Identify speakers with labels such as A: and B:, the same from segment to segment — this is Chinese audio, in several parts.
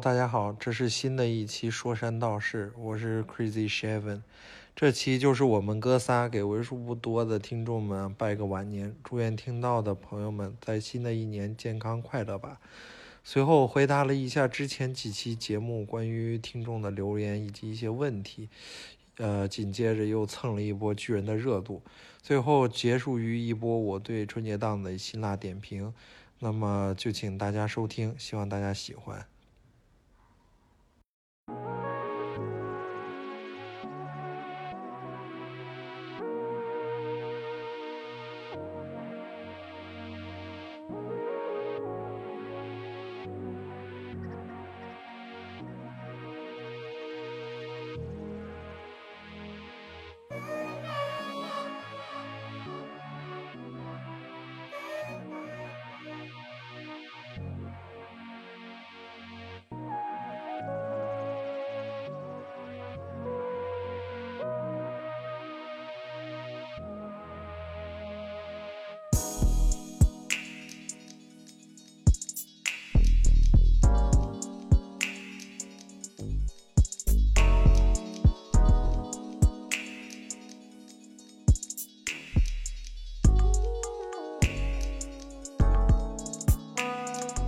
A: 大家好，这是新的一期说山道事，我是 Crazy Seven。这期就是我们哥仨给为数不多的听众们拜个晚年，祝愿听到的朋友们在新的一年健康快乐吧。随后回答了一下之前几期节目关于听众的留言以及一些问题，呃，紧接着又蹭了一波巨人的热度，最后结束于一波我对春节档的辛辣点评。那么就请大家收听，希望大家喜欢。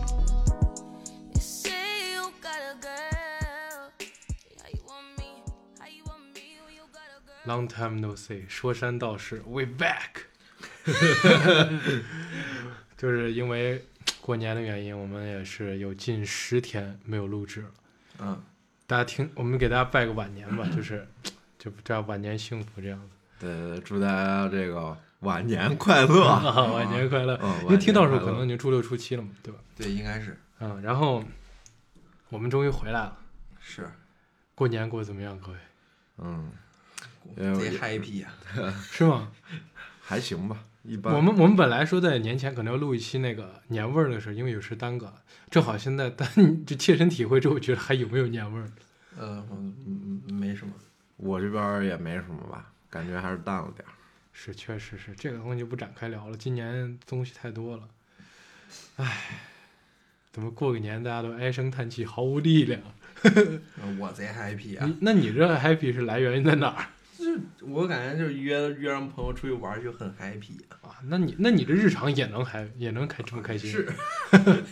B: You say you got a girl. How you want me? How you want me? Oh, you got a girl.
C: Long time no see，说山道士，We back 。就是因为过年的原因，我们也是有近十天没有录制了。
D: 嗯，
C: 大家听，我们给大家拜个晚年吧，就是就这样晚年幸福这样子。
D: 对对对，祝大家这个晚年快乐
C: 啊，晚年快乐！
D: 嗯晚
C: 因为听到的时
D: 年
C: 候
D: 快
C: 可
D: 乐
C: 能已经初六初七了嘛，对吧？
D: 对，应该是
C: 嗯，然后我们终于回来了。
D: 是，
C: 过年过得怎么样，各 位？
D: 嗯，呃
E: 贼啊
D: 也
E: happy 呀、
C: 是吗？
D: 还行吧，一般。
C: 我们我们本来说在年前可能要录一期那个年味儿的事，因为有时耽搁，正好现在但 就切身体会之后，觉得还有没有年味儿？
E: 呃，我嗯嗯没什么，
D: 我这边儿也没什么吧，感觉还是淡了点儿。
C: 是，确实是这个东西就不展开聊了，今年东西太多了，唉，怎么过个年大家都唉声叹气，毫无力量？
D: 哎
E: 呃我贼 happy 啊！
C: 你那你这 happy 是来源于在哪儿
E: 我感觉就是约约上朋友出去玩儿就很 happy 啊、
C: 啊？那你那你这日常也能还也能开这么开心？
E: 是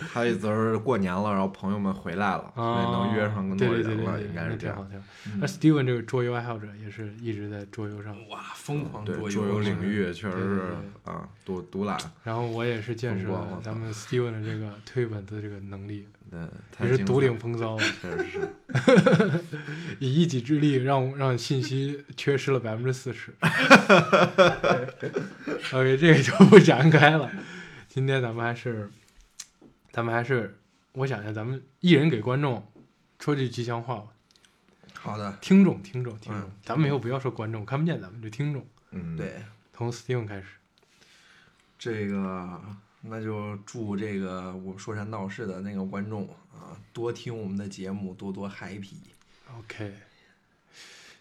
D: 还有一则是过年了，然后朋友们回来了，所以能约上更多
C: 对啊对对
D: 人
C: 对
D: 了，
C: 对
D: 应该是
C: 那挺
D: 这样嗯
C: 好。挺好。那 Steven 这个桌游爱好者也是一直在桌游上，
E: 哇，疯狂嗯
D: 对
E: 桌
D: 桌游
E: 游啊
D: 领域确实
C: 对
D: 是
C: 对
D: 啊，独独揽，
C: 然后我也是见识
D: 风光
C: 了
D: 我操
C: 咱们 Steven 的这个 推文的这个能力，
D: 嗯，
C: 也
D: 太
C: 是
D: 精
C: 独
D: 彩
C: 领
D: 了，
C: 风 骚啊，
D: 确实 是。
C: 以一己之力让让信息缺失了百分之四 十。OK，这个就不展开了。今天咱们还是，咱们还是，我想一下，咱们一人给观众说句吉祥话吧。
E: 好的，
C: 听众，听众，听众，
E: 嗯
C: 咱们以后不要说观众，看不见咱们就听众。
D: 嗯，，
E: 对
C: 从 Steven 开始，
E: 这个，那就祝这个我们说山道士的那个观众啊，多听我们的节目，多多 happy。
C: OK，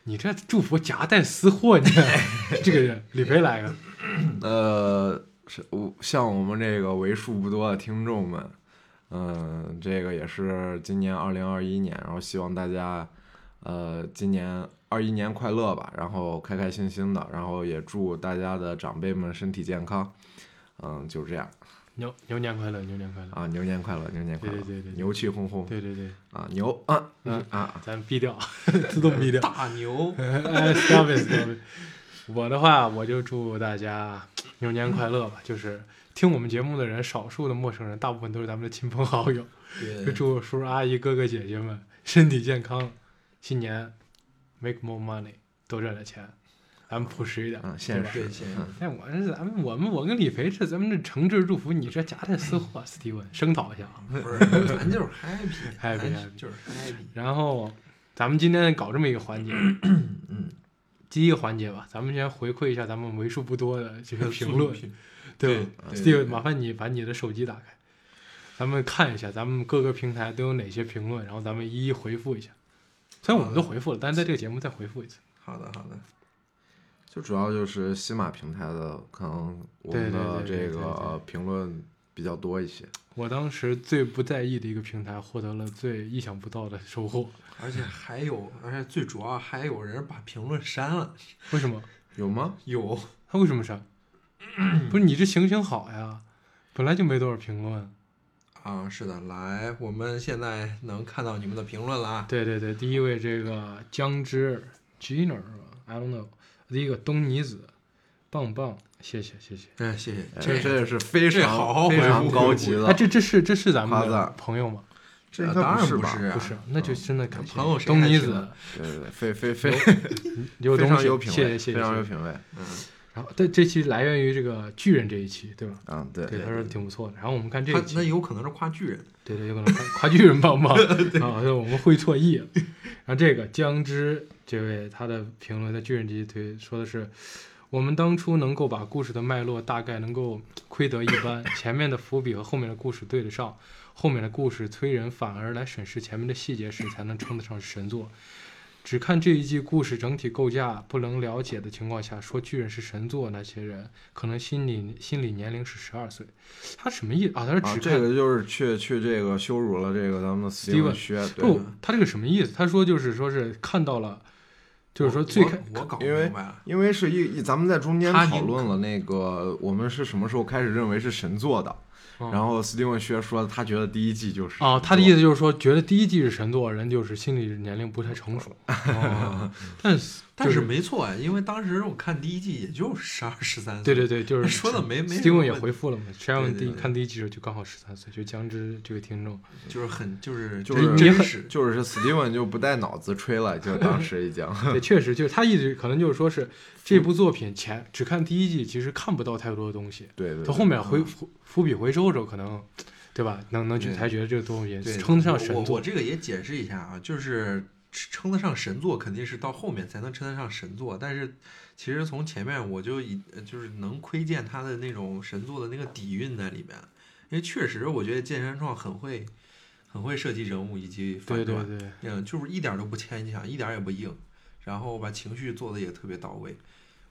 C: 你这祝福夹带私货，你 这个人李飞来个，
D: 呃，是我像我们这个为数不多的听众们，嗯、这个也是今年二零二一年，然后希望大家，呃，今年二一年快乐吧，然后开开心心的，然后也祝大家的长辈们身体健康，嗯，就这样
C: 牛牛年快乐，牛年
E: 哦
C: 快乐，
D: 啊，牛年快乐，牛年快乐，
C: 对对对对对
D: 牛气哄哄
C: 对对对，
D: 啊，牛啊
C: 嗯
D: 啊，
C: 咱们毙掉， 自动毙掉。
E: 大牛，
C: 哎，stop it stop it。我的话，我就祝大家牛年快乐吧。就是听我们节目的人，少数的陌生人，大部分都是咱们的亲朋好友。就
E: 对，
C: 祝叔叔阿姨、哥哥姐姐们 身体健康，新年 make more money，多赚点钱，咱们朴实一点。
D: 嗯，现实
E: 对，谢谢。
C: 哎，我这咱们我们我跟李培这咱们这诚挚祝福，你这夹带私货，Steven 声讨一下。啊。
E: 不 是，咱就是 happy，
C: Happy，
E: 咱
C: happy
E: 就是 happy。
C: 然后咱们今天搞这么一个环节，
E: 嗯
C: 第一个环节吧，咱们先回馈一下咱们为数不多的这个评论，对吧
E: 对对对
C: ？Steven，麻烦你把你的手机打开，咱们看一下咱们各个平台都有哪些评论，然后咱们一一回复一下。虽然我们都回复了，但是在这个节目再回复一次。
E: 好的，好的，
D: 就主要就是西马平台的，可能我
C: 对对
D: 们的
C: 对对对
D: 这呃个评论比较多一些。
C: 我当时最不在意的一个平台，获得了最意想不到的收获。
E: 而且还有，而且最主要还有人把评论删了，
C: 为什么？
D: 有吗？
E: 有
C: 他为什么删？ 不是你这行行好呀，本来就没多少评论。
E: 啊，是的，来，我们现在能看到你们的评论了啊，
C: 对对对，第一位这个江之 Gina 是吧？I don't know。第一个东尼子，棒棒，谢谢谢谢。
E: 哎，谢谢，
D: 哎
E: 这
D: 这也是非
E: 这
D: 常
E: 好好
D: 非
E: 回
D: 常
E: 复
D: 高级
C: 哎，
D: 的，呃
C: 这这是这是咱们
D: 夸
C: 的
D: 赞
C: 朋友吗？
D: 这
E: 呃
D: 应该
E: 当然
D: 是吧？
E: 是啊，
C: 不是，那就真的可惜
E: 朋友谁
C: 东
E: 还
C: 尼
E: 听
C: 子
E: 啊
D: 对对对，非非非
C: 有
D: 非
C: 东
D: 常
C: 西，
D: 有品
C: 谢谢
D: 位，
C: 谢谢。
D: 非常有
C: 谢谢
D: 品位。
C: 然后对这期来源于这个巨人这一期，对吧？
D: 嗯，对，
C: 对，他说挺不错的。然后我们看这
E: 他
C: 一期
E: 那，有可能是夸巨人，
C: 对对，有可能夸夸巨人棒棒啊，所以我们会错意了。然后这个江之这位他的评论在巨人这一推说的是，我们当初能够把故事的脉络大概能够窥得一斑，前面的伏笔和后面的故事对得上，后面的故事催人反而来审视前面的细节时，才能称得上是神作。只看这一季故事整体构架不能了解的情况下，说巨人是神作，那些人可能心理心理年龄是十二岁， 他什么意思啊？他是
D: 啊
C: 只，看
D: 这个就是去去这个羞辱了这个咱们的
C: Steven
D: Steven 薛，对
C: 不，他这个什么意思？他说就是说是看到了，就是说最
E: 我
C: 开
E: 我我搞不
D: 因为
E: 明白 了，
D: 因为是一，一咱们在中间
E: 他
D: 讨
E: 应
D: 论了那个我们是什么时候开始认为是神作的，
E: 哦
C: 嗯
D: 然后 Steven 薛说他觉得第一季就是
C: 啊，他的意
D: 思
C: 思就是说，觉得第一季是神作，人就是心理年龄不太成熟。
E: 嗯
C: 哦、但是
E: 但
C: 是
E: 是没错啊，因为当时我看第一季也就十二十三岁，
C: 对对对，就是
E: 哎说的没没什么
C: Steven 也
E: 问
C: 回复了嘛，Sharon
E: 对
C: 第一
E: 对
C: 看第一季的时候就刚好十三岁，就江之这位 听众，
E: 就是很就是
D: 就是
E: 真
C: 你很
E: 实，
D: 就是 Steven 就不带脑子吹了，就当时 已经
C: 也确实就是他一直可能就是说是这部作品前只看第一季，其实看不到太多的东西，
D: 对对
C: 到
D: 对
C: 后面回伏伏笔回收的时候，可能对吧，能能去
E: 嗯对
C: 才觉得这个东西
E: 对，
C: 称得上
E: 我
C: 神
E: 我我
C: 作。
E: 这个也解释一下啊，就是称得上神作，肯定是到后面才能称得上神作。但是其实从前面我就已呃就是能窥见他的那种神作的那个底蕴在里面，因为确实我觉得剑山创很会很会设计人物以及
C: 对
E: 反
C: 对
E: 转，
C: 对，
E: 嗯，就是一点儿都不牵强，一点儿也不硬，然后把情绪做的也特别到位。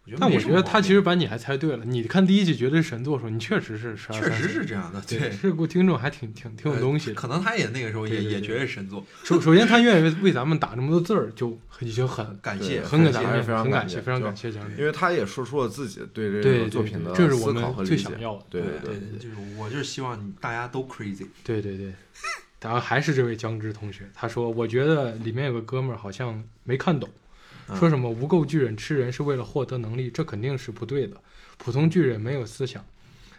E: 我觉得
C: 但
E: 没
C: 我
E: 什
C: 觉
E: 么
C: 得
E: 毛
C: 他
E: 病
C: 其实把你还猜对了。你看第一季绝对是神作的时候，你确实是十二，
E: 确实是这样的，
C: 对，这个听众还挺挺挺有
E: 呃
C: 东西的。
E: 可能他也那个时候也
C: 对对
E: 也
C: 对
E: 觉得神 作，
C: 首首先，他愿意为咱们打这么多字儿，就已经很
E: 感
D: 对
E: 谢
C: 很给
D: 感
C: 咱
D: 谢
C: 们
D: 非常
C: 很感
D: 感
C: 谢，
D: 谢
C: 非常
D: 就
C: 感谢蒋
D: 因为他也说出了自己对
C: 对
D: 这
C: 对
D: 个作
C: 对
D: 品的
C: 这是我
D: 思考和
C: 们
D: 理
C: 最
D: 解
C: 想，要的。
D: 对
C: 对
D: 对
C: 对
E: 就是我就是希望你大家都 crazy，
C: 对对对。然后还是这位江之同学，他说：“我觉得里面有个哥们儿好像没看懂，
E: 嗯
C: 说什么无垢巨人吃人是为了获得能力，这肯定是不对的。普通巨人没有思想，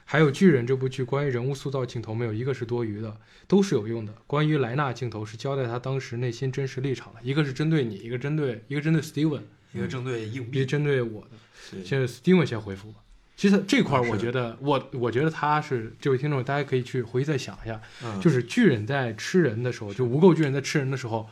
C: 还有巨人这部剧关于人物塑造镜头没有一个是多余的，都是有用的。关于莱纳镜头是交代他当时内心真实立场的，一个是针对你，一个针对一个针对 Steven，
E: 一个正对硬
C: 一
E: 币
C: 个，针对我的。
E: 对
C: 现在 Steven 先回复吧。其实这块儿
E: 啊
C: 我
E: 是
C: 觉得，我我觉得他是这位听众，大家可以去回去再想一下，
E: 嗯
C: 就是巨人在吃人的时候，就无垢巨人在吃人的时候，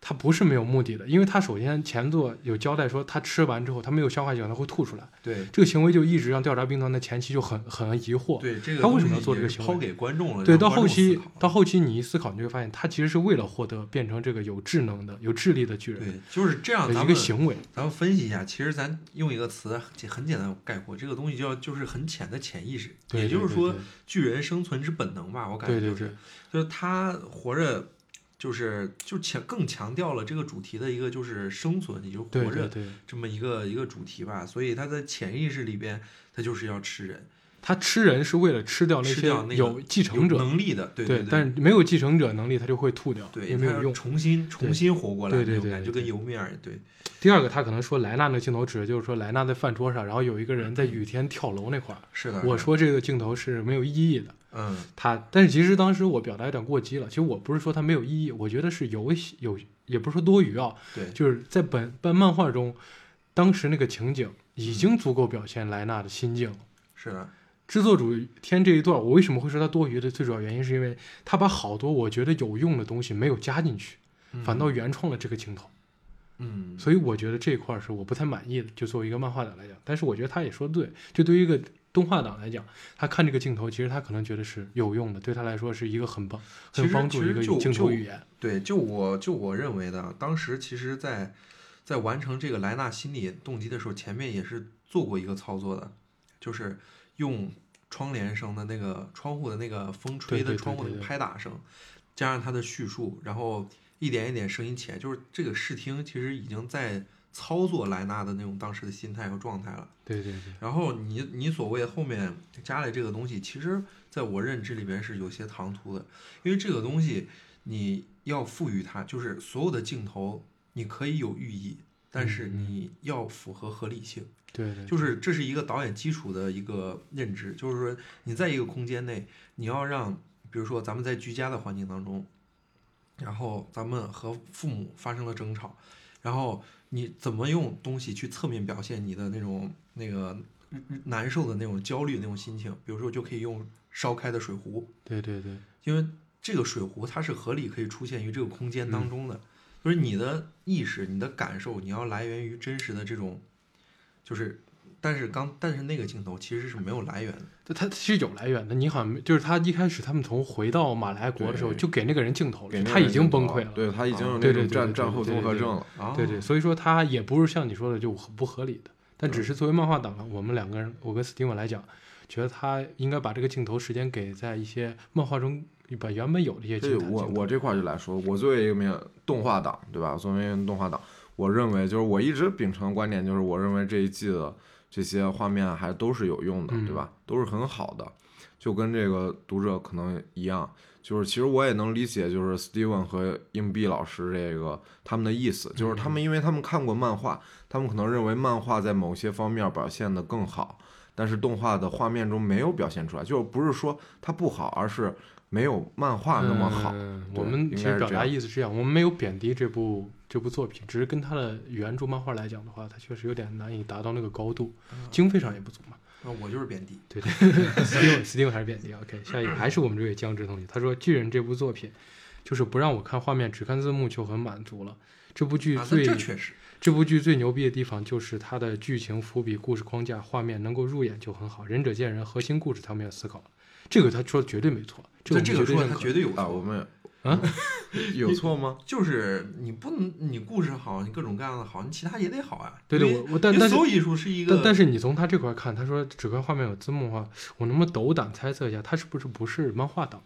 C: 他不是没有目的的，因为他首先前作有交代说，他吃完之后他没有消化系统，他会吐出来。
E: 对
C: 这个行为就一直让调查兵团的前期就很很疑惑。
E: 对这个
C: 他为
E: 东
C: 什
E: 西
C: 么要做这
E: 也
C: 个
E: 是
C: 行
E: 抛
C: 为
E: 给观众了，
C: 对，
E: 让
C: 到
E: 观
C: 后
E: 众
C: 期
E: 思考
C: 到后期你一思考，你就会发现他其实是为了获得变成这个有智能的、有智力的巨人
E: 对就是这样，
C: 的
E: 咱
C: 一
E: 们
C: 个行为。
E: 咱们分析一下，其实咱用一个词很很简单概括，这个东西叫就是很浅的潜意识，
C: 对
E: 也
C: 对
E: 就是
C: 对
E: 说
C: 对
E: 巨人生存之本能吧，我感
C: 对
E: 觉
C: 对
E: 就
C: 对
E: 是，就是他活着。就是就强更强调了这个主题的一个就是生存，也就是
C: 对
E: 活
C: 对
E: 着
C: 对，
E: 这么一个一个主题吧，所以他在潜意识里边，他就是要吃人，
C: 他吃人是为了吃掉那
E: 吃
C: 些
E: 掉那个
C: 有继
E: 有
C: 承者，
E: 能力的，对
C: 对，
E: 对，
C: 但是没有继承者能力，他就会吐掉，
E: 对，
C: 也
E: 他
C: 没有
E: 要
C: 用。
E: 重新重
C: 对
E: 新活过来
C: 对
E: 那
C: 对
E: 种
C: 对
E: 感觉，
C: 对
E: 就跟
C: 对
E: 油面儿对
C: 第二个，他可能说莱纳那个镜头指的就是说莱纳在饭桌上，然后有一个人在雨天跳楼那块儿，
E: 是的。
C: 我
E: 是的
C: 说这个镜头是没有意义的。
E: 嗯，
C: 他，但是其实当时我表达有点过激了。其实我不是说它没有意义，我觉得是有有，也不是说多余啊，
E: 对，
C: 就是在本本漫画中，当时那个情景已经足够表现莱纳的心境了。
E: 是的，
C: 制作主添这一段，我为什么会说它多余的？最主要原因是因为他把好多我觉得有用的东西没有加进去，
E: 嗯
C: 反倒原创了这个镜头。
E: 嗯，
C: 所以我觉得这一块儿是我不太满意的，就作为一个漫画党来讲。但是我觉得他也说对，就对于一个动画党来讲，他看这个镜头，其实他可能觉得是有用的，对他来说是一个很帮、
E: 其
C: 很有
E: 实
C: 帮助的一
E: 其
C: 个
E: 实就
C: 镜头
E: 就
C: 语言。
E: 对，就我就我认为的，当时其实在在完成这个莱纳心理动机的时候，前面也是做过一个操作的，就是用窗帘声的那个窗户的那个风吹
C: 对对
E: 的
C: 对
E: 窗户那
C: 对
E: 个
C: 对
E: 拍打声，加上它的叙述，然后一点一点声音起来，就是这个视听其实已经在操作莱纳的那种当时的心态和状态了。
C: 对对对，
E: 然后你你所谓后面加了这个东西，其实在我认知里边是有些唐突的，因为这个东西你要赋予它，就是所有的镜头你可以有寓意，但是
C: 嗯嗯
E: 你要符合合理性。
C: 对对，
E: 就是这是一个导演基础的一个认知，就是说你在一个空间内，你要让，比如说咱们在居家的环境当中，然后咱们和父母发生了争吵，然后你怎么用东西去侧面表现你的那种那个
C: 嗯
E: 难受的那种焦虑那种心情？比如说就可以用烧开的水壶，
C: 对对对，
E: 因为这个水壶它是合理可以出现于这个空间
C: 嗯
E: 当中的，就是你的意识、你的感受，你要来源于真实的这种，就是，但是刚但是那个镜头其实是没有来源的，
C: 它它是有来源的。你好像没就是他一开始他们从回到马来国的时候，
D: 对
C: 就给那个人镜头
D: 给
C: 了，
D: 那
C: 哦他
D: 个
C: 已
D: 人
C: 经
D: 镜
C: 崩
D: 头
C: 溃了。哦
D: 对他已经有
C: 对对对
D: 那种
C: 对
D: 战
C: 对
D: 战后
C: 对
D: 综合
C: 对
D: 症了。
E: 啊
C: 对对，所以说他也不是像你说的就很不合理的，但只是作为漫画党，啊我们两个人，我跟 Steven 来讲，觉得他应该把这个镜头时间给在一些漫画中把原本有的一些
D: 对
C: 镜头。
D: 我我这块儿就来说，我作为一名动画党，对吧？作为一名动画党，我认为就是我一直秉承的观点就是，我认为这一季的这些画面还都是有用的，
C: 嗯
D: 对吧？都是很好的，就跟这个读者可能一样，就是其实我也能理解，就是 Steven 和硬币老师这个他们的意思，就是
C: 嗯
D: 他们因为他们看过漫画，他们可能认为漫画在某些方面表现得更好。但是动画的画面中没有表现出来，就是不是说它不好，而是没有漫画那么好。
C: 嗯我
D: 对
C: 们
D: 应
C: 其
D: 该
C: 实
D: 是
C: 表
D: 这
C: 达
D: 样
C: 意思是这样，我们没有贬低这部这部作品，只是跟它的原著漫画来讲的话，它确实有点难以达到那个高度，
D: 嗯
C: 经费上也不足嘛。
E: 那我就是贬低，
C: 对对 ，Steven Steven 还是贬低。OK，下一啊个还是我们这位江直同学，他说《巨人》这部作品就是不让我看画面，只看字幕就很满足了。这部剧
E: 啊，那
C: 最、
E: 这确实，
C: 这部剧最牛逼的地方就是它的剧情伏笔、故事框架、画面能够入眼就很好，仁者见仁，核心故事他们要思考。这个他说的绝对没错，这
E: 这
C: 个
E: 这
C: 我
E: 个说
C: 们对
E: 他
C: 认可
E: 绝对有
D: 啊，我
E: 错，
D: 们
C: 啊，
D: 有错吗？
E: 就是你不能你故事好，你各种各样的好，你其他也得好啊，
C: 对对，
E: 因为
C: 我我但
E: 因为
C: 但是
E: 所有艺术是一
C: 但
E: 个，
C: 但是你从他这块看，他说只看画面有字幕的话，我能不能斗胆猜测一下，他是不是不是漫画党，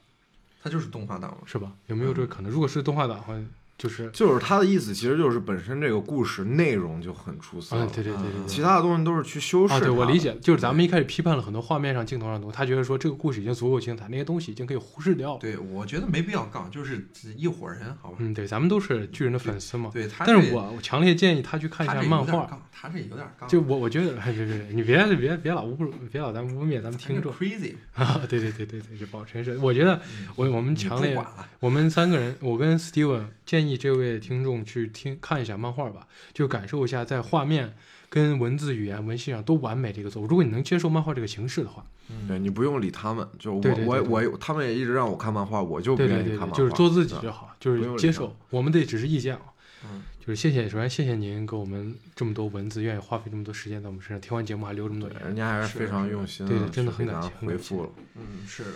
E: 他就是动画党了，
C: 是吧？有没有这个可能？如果是动画党的话，就是
D: 就是他的意思，其实就是本身这个故事内容就很出色了，
C: 嗯，对对对对对
E: 嗯。
D: 其他的东西都是去修饰、
C: 啊，对，我理。解，就是咱们一开始批判了很多画面上、镜头上的东西，他觉得说这个故事已经足够精彩，那些东西已经可以忽视掉了。
E: 对我觉得没必要杠，就是一伙人，好吧？
C: 嗯，对，咱们都是巨人的粉丝嘛。
E: 对他这，
C: 但是我我强烈建议他去看一
E: 他
C: 下
E: 这有
C: 漫
E: 点
C: 画。
E: 杠，他这有点杠，
C: 就我我觉得，哎，别别别，你别别别老污别老咱们污蔑咱们听众
E: crazy，
C: 啊！ 对对对对对，这保真是，我觉得我我们
E: 哎嗯你
C: 强
E: 不
C: 烈
E: 管了，
C: 我们三个人，我跟 Steven 建议这位听众去听看一下漫画吧，就感受一下在画面跟文字语言、文戏上都完美的一个作品。如果你能接受漫画这个形式的话，
E: 嗯
D: 对你不用理他们，就我
C: 对对对
D: 我我他们也一直让我看漫画，我就不
C: 对
D: 愿
C: 对
D: 意
C: 对
D: 看漫
C: 对，就
D: 画。
C: 是做自己
D: 对
C: 就好，就
D: 不用
C: 是
D: 理
C: 接
D: 他
C: 受。我们这只是意见啊，
E: 嗯，
C: 就是谢谢，首先谢谢您给我们这么多文字，愿意花费这么多时间在我们身上，听完节目还留这么多
D: 对
C: 言。
D: 人家还是
E: 是
D: 非常用心
C: 对对
D: 去
C: 真的很
D: 给
C: 感
D: 咱
C: 谢很
D: 回
C: 感谢
D: 复了。
E: 嗯，是的，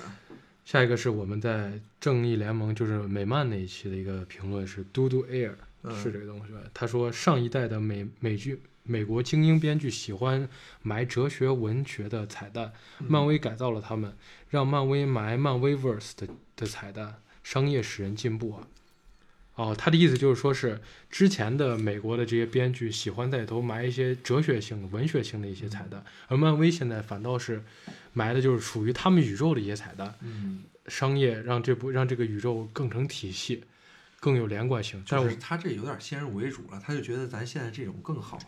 C: 下一个是我们在正义联盟，就是美漫那一期的一个评论是嘟嘟 air，、
E: 嗯
C: 是这个东西吧？他说上一代的美美剧。美国精英编剧喜欢埋哲学文学的彩蛋，
E: 嗯
D: 嗯
C: 漫威改造了他们，让漫威埋漫威 verse 的的彩蛋，商业使人进步啊。哦，他的意思就是说是之前的美国的这些编剧喜欢在里头埋一些哲学性的、文学性的一些彩蛋，
D: 嗯
C: 而漫威现在反倒是埋的就是属于他们宇宙的一些彩蛋，
E: 嗯，
C: 商业让这部让这个宇宙更成体系，更有连贯性。但
E: 就是是
C: 我
E: 他这有点先入为主了，他就觉得咱现在这种更好，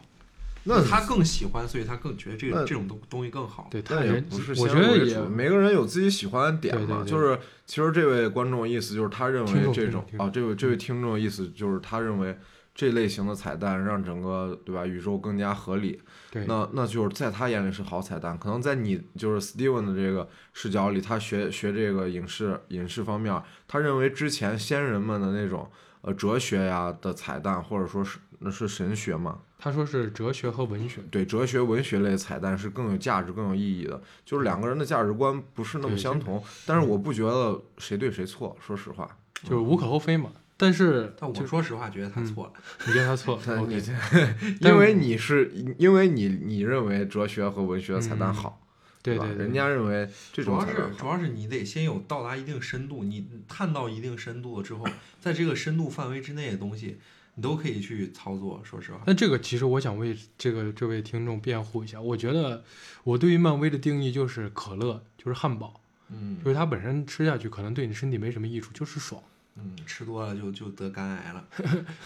D: 那
E: 他更喜欢，所以他更觉得这个
D: 那
E: 这种东东西更好。
C: 对他
D: 那也
C: 人
D: 不是，
C: 我
D: 先
C: 觉
D: 入
C: 得
D: 为
C: 也
D: 主每个人有自己喜欢的点
C: 对对
D: 嘛。
C: 对
D: 就是其实这位观众意思就是他认
C: 听众
D: 为这
C: 听
D: 种
C: 众嗯
D: 啊，这位这位听众意思就是他认为这类型的彩蛋让整个对吧宇宙更加合理。
C: 对
D: 那那就是在他眼里是好彩蛋，可能在你就是 Steven 的这个视角里，他学学这个影视影视方面儿，他认为之前先人们的那种呃哲学呀的彩蛋，或者说是那是神学嘛，
C: 他说是哲学和文学，
D: 对哲学文学类彩蛋是更有价值、更有意义的。就是两个人的价值观不是那么
C: 对
D: 相
C: 这个
D: 同，但是我不觉得谁对谁错，说实话。
C: 就是无可厚非嘛。但是
E: 但
C: 就嗯
E: 我说实话，觉得他错了。
C: 你觉得他 错
D: 但
C: ，OK，
D: 你
C: 但
D: 因为你是因为你你认为哲学和文学的彩蛋
C: 嗯
D: 好，
C: 对
D: 吧
C: 对对
D: 人家认为这
E: 主
D: 种
E: 要
D: 才
E: 是主要是你得先有到达一定深度，你探到一定深度了之后，在这个深度范围之内的东西，你都可以去操作。说实话，
C: 但这个其实我想为这个这位听众辩护一下，我觉得我对于漫威的定义就是可乐，就是汉堡，
E: 嗯
C: 就是它本身吃下去可能对你身体没什么益处，就是爽。
E: 嗯，吃多了就就得肝癌了。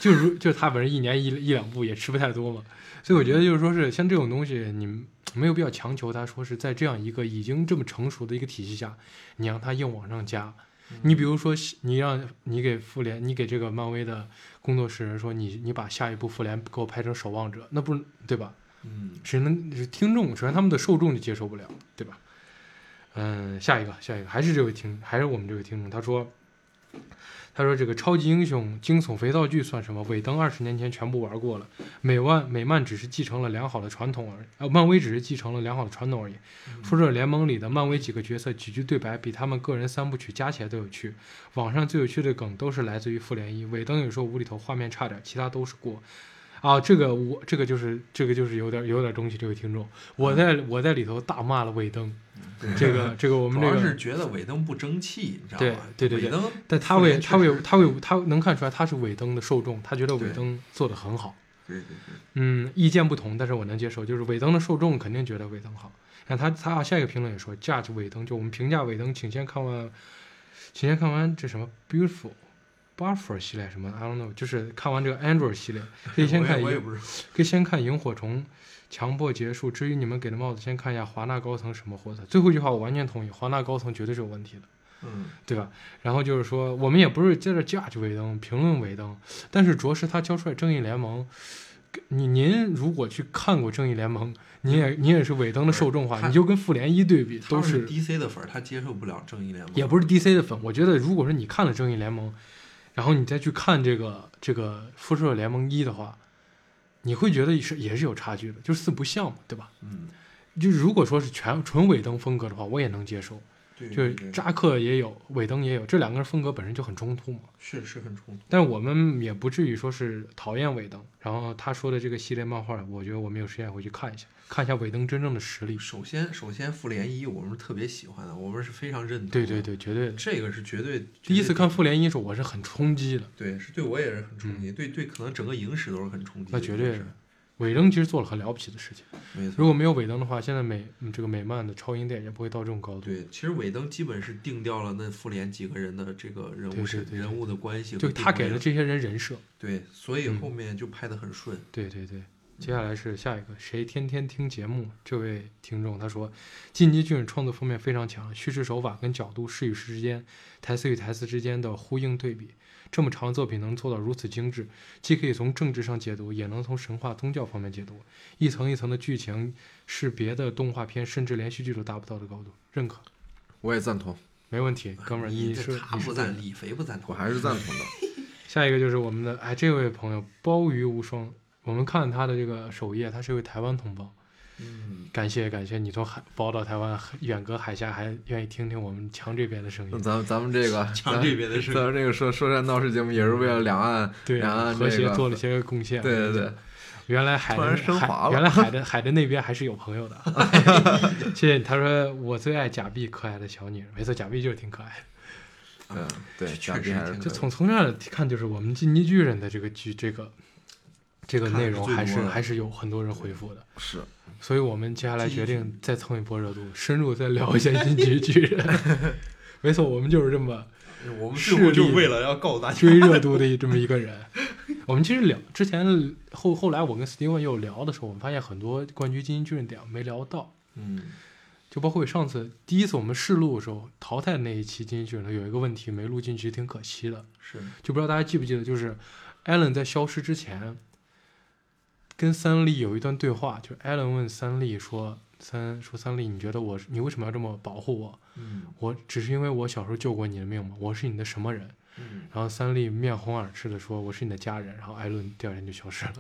C: 就如就他本身一年一一两部也吃不太多嘛，所以我觉得就是说是像这种东西，你没有必要强求他说是在这样一个已经这么成熟的一个体系下，你让他硬往上加。你比如说，你让你给复联，你给这个漫威的工作室说你你把下一部复联给我拍成守望者，那不是对吧？
E: 嗯，
C: 谁能听众，首先他们的受众就接受不了，对吧？嗯，下一个，下一个，还是这位听，还是我们这位听众，他说，他说这个超级英雄惊悚肥皂剧算什么？尾灯二十年前全部玩过了，美漫美漫只是继承了良好的传统而，呃，漫威只是继承了良好的传统而已。复仇者联盟里的漫威几个角色几句对白比他们个人三部曲加起来都有趣，网上最有趣的梗都是来自于复联一。尾灯有时候无厘头，画面差点，其他都是过。啊，这个我这个就是这个就是有点有点东西，这位听众，我在我在里头大骂了尾灯，这个这个我们
E: 嗯主
C: 这
E: 要
C: 个
E: 是觉得尾灯不争气，你知道吧？
C: 对对对
E: 尾
C: 对
E: 灯，
C: 但他
E: 复
C: 为
E: 联确
C: 他为
E: 实
C: 他为他能看出来他是尾灯的受众，他觉得尾
E: 对
C: 灯做的很好。
E: 对对
C: 嗯，意见不同，但是我能接受。就是尾灯的受众肯定觉得尾灯好。然后他他啊下一个评论也说，judge 尾灯，就我们评价尾灯，请先看完，请先看完这什么 beautiful buffer 系列什么，I don't know，就是看完这个 Android 系列，可
E: 对，
C: 以先
E: 我也
C: 看一
E: 我也
C: 个。
E: 不是
C: 可以先看萤火虫强迫结束。至于你们给的帽子，先看一下华纳高层什么货色。最后一句话我完全同意，华纳高层绝对是有问题的，
E: 嗯
C: 对吧？然后就是说，我们也不是在这 judge 尾灯、评论尾灯，但是着实他交出来《正义联盟》。你您如果去看过《正义联盟》，您也您也是尾灯的受众的
E: 不是
C: 话，
E: 他
C: 你就跟复联一对比，
E: 他
C: 都
E: 要 是
C: 是
E: DC 的粉儿，他接受不了正义联盟，
C: 也不是 DC 的粉。我觉得，如果是你看了《正义联盟》，然后你再去看这个这个《复仇者联盟一》的话，你会觉得是也是有差距的，就是四不像嘛，对吧？
E: 嗯，
C: 就如果说是全纯尾灯风格的话，我也能接受。
E: 对，
C: 就是
E: 对对
C: 扎克也有，尾灯也有，这两个人风格本身就很冲突嘛。
E: 是是很冲突。
C: 但我们也不至于说是讨厌尾灯。然后他说的这个系列漫画，我觉得我们有时间回去看一下，看一下尾灯真正的实力。
E: 首先，首先复联一我们是特别喜欢的，我们是非常认同。
C: 对对，对，绝对的。
E: 这个是绝对
C: 第一次，看
E: 绝
C: 复联一的时候，我是很冲击的。
E: 对对，是对我也是很冲击，对对，可能整个影史都是很冲击的
C: 嗯那
E: 一件
C: 绝
E: 事儿。
C: 对是尾灯其实做了很了不起的事情。
E: 没错。
C: 如果没有尾灯的话，现在美嗯这个美漫的超英电影也不会到这种高度。
E: 对，其实尾灯基本是定掉了那复联几个人的这个人
C: 对
E: 物
C: 对
E: 是
C: 对对
E: 人物的关系和
C: 就
E: 定
C: 他给
E: 位
C: 了这些人人设。
E: 对，所以
C: 嗯
E: 后面就拍的很顺。
C: 对对对，接下来是下一个，谁天天听节目？这位听众他说，进击巨人创作方面非常强，叙事手法跟角度、事与事之间、台词与台词之间的呼应对比，这么长的作品能做到如此精致，既可以从政治上解读，也能从神话、宗教方面解读，一层一层的剧情是别的动画片甚至连续剧都达不到的高度，认可，
D: 我也赞同，
C: 没问题，哥们儿，
E: 呃你
C: 你
E: 这
C: 是
E: 他
C: 你是
E: 不
C: 对的
E: 赞，李肥不赞同，
D: 我还是赞同 的。
C: 下一个就是我们的哎，这位朋友包鱼无双，我们看他的这个首页，他是一位台湾同胞。
E: 嗯，
C: 感谢感谢，你从海包到台湾远隔海峡，还愿意听听我们强这边的声
D: 那
C: 音，
D: 咱们咱们这个，咱
E: 讲
D: 们
E: 这边的事
D: 咱。们这个说说山闹事节目也是为了两岸，
C: 对
D: 两岸
C: 和
D: 啊这
C: 谐
D: 个
C: 做了些贡献。
D: 对对对，，
C: 原来海
D: 突
C: 的
D: 然升华
C: 海
D: 了
C: 原来海的海的那边还是有朋友 的。谢谢你，他说我最爱假币，可爱的小女人。没错，假币就是挺可爱的。
D: 嗯对，
E: 确
D: 假
E: 实
D: 币还是
E: 挺
D: 可
C: 就
D: 以
C: 从从这儿看，就是我们进击巨人的这个剧这个这个
E: 看的是
C: 内容，
E: 最
C: 还
E: 多
C: 是
E: 的
C: 还是有很多人回复的。
D: 是
C: 所以我们接下来决
E: 进
C: 定再蹭一波热度，深入再聊一下进击巨人。 没错，我们就是这么。
E: 我们
C: 势
E: 最后就
C: 力
E: 为了要告诉大家，
C: 追热度的这么一个人。我们其实聊之前后后来我跟 Steven 又聊的时候，我们发现很多关于金鸡巨人点没聊到，
E: 嗯，
C: 就包括上次第一次我们试录的时候淘汰那一期金鸡巨人有一个问题没录进去，挺可惜的。
E: 是
C: 就不知道大家记不记得，就是 Allen 在消失之前跟三笠有一段对话，就是 Allen 问三笠说。三说三笠，你觉得我是你为什么要这么保护我？
E: 嗯
C: 我只是因为我小时候救过你的命吗？我是你的什么人？
E: 嗯，
C: 然后三笠面红耳赤的说：“我是你的家人。”然后艾伦第二天就消失了。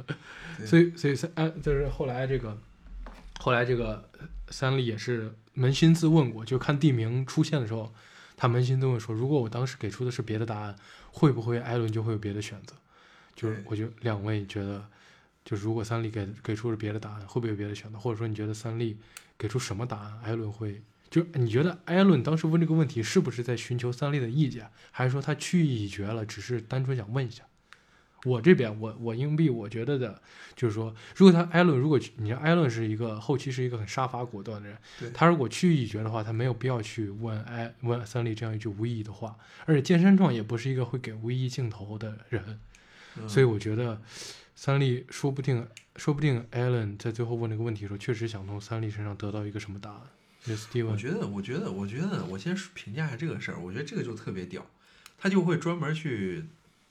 E: 对
C: 所以，所以三哎，就是后来这个，后来这个呃三笠也是扪心自问过，就看地名出现的时候，他扪心自问说：“如果我当时给出的是别的答案，会不会艾伦就会有别的选择？”就是
E: 对
C: 我就两位觉得就是如果三笠给给出了别的答案，会不会有别的选择？或者说你觉得三笠给出什么答案，艾伦会？就你觉得艾伦当时问这个问题，是不是在寻求三笠的意见，还是说他去意已决了，只是单纯想问一下？我这边，我我硬币，我觉得的就是说，如果他艾伦，如果你像艾伦是一个后期是一个很杀伐果断的人
E: 对，
C: 他如果去意已决的话，他没有必要去问艾问三笠这样一句无意义的话。而且健身壮也不是一个会给无意义镜头的人，
E: 嗯
C: 所以我觉得三笠说不定，说不定艾伦在最后问这个问题的时候，确实想从三笠身上得到一个什么答案。就 Steven，
E: 我觉得，我觉得，我觉得，我先评价一下这个事儿。我觉得这个就特别屌，他就会专门去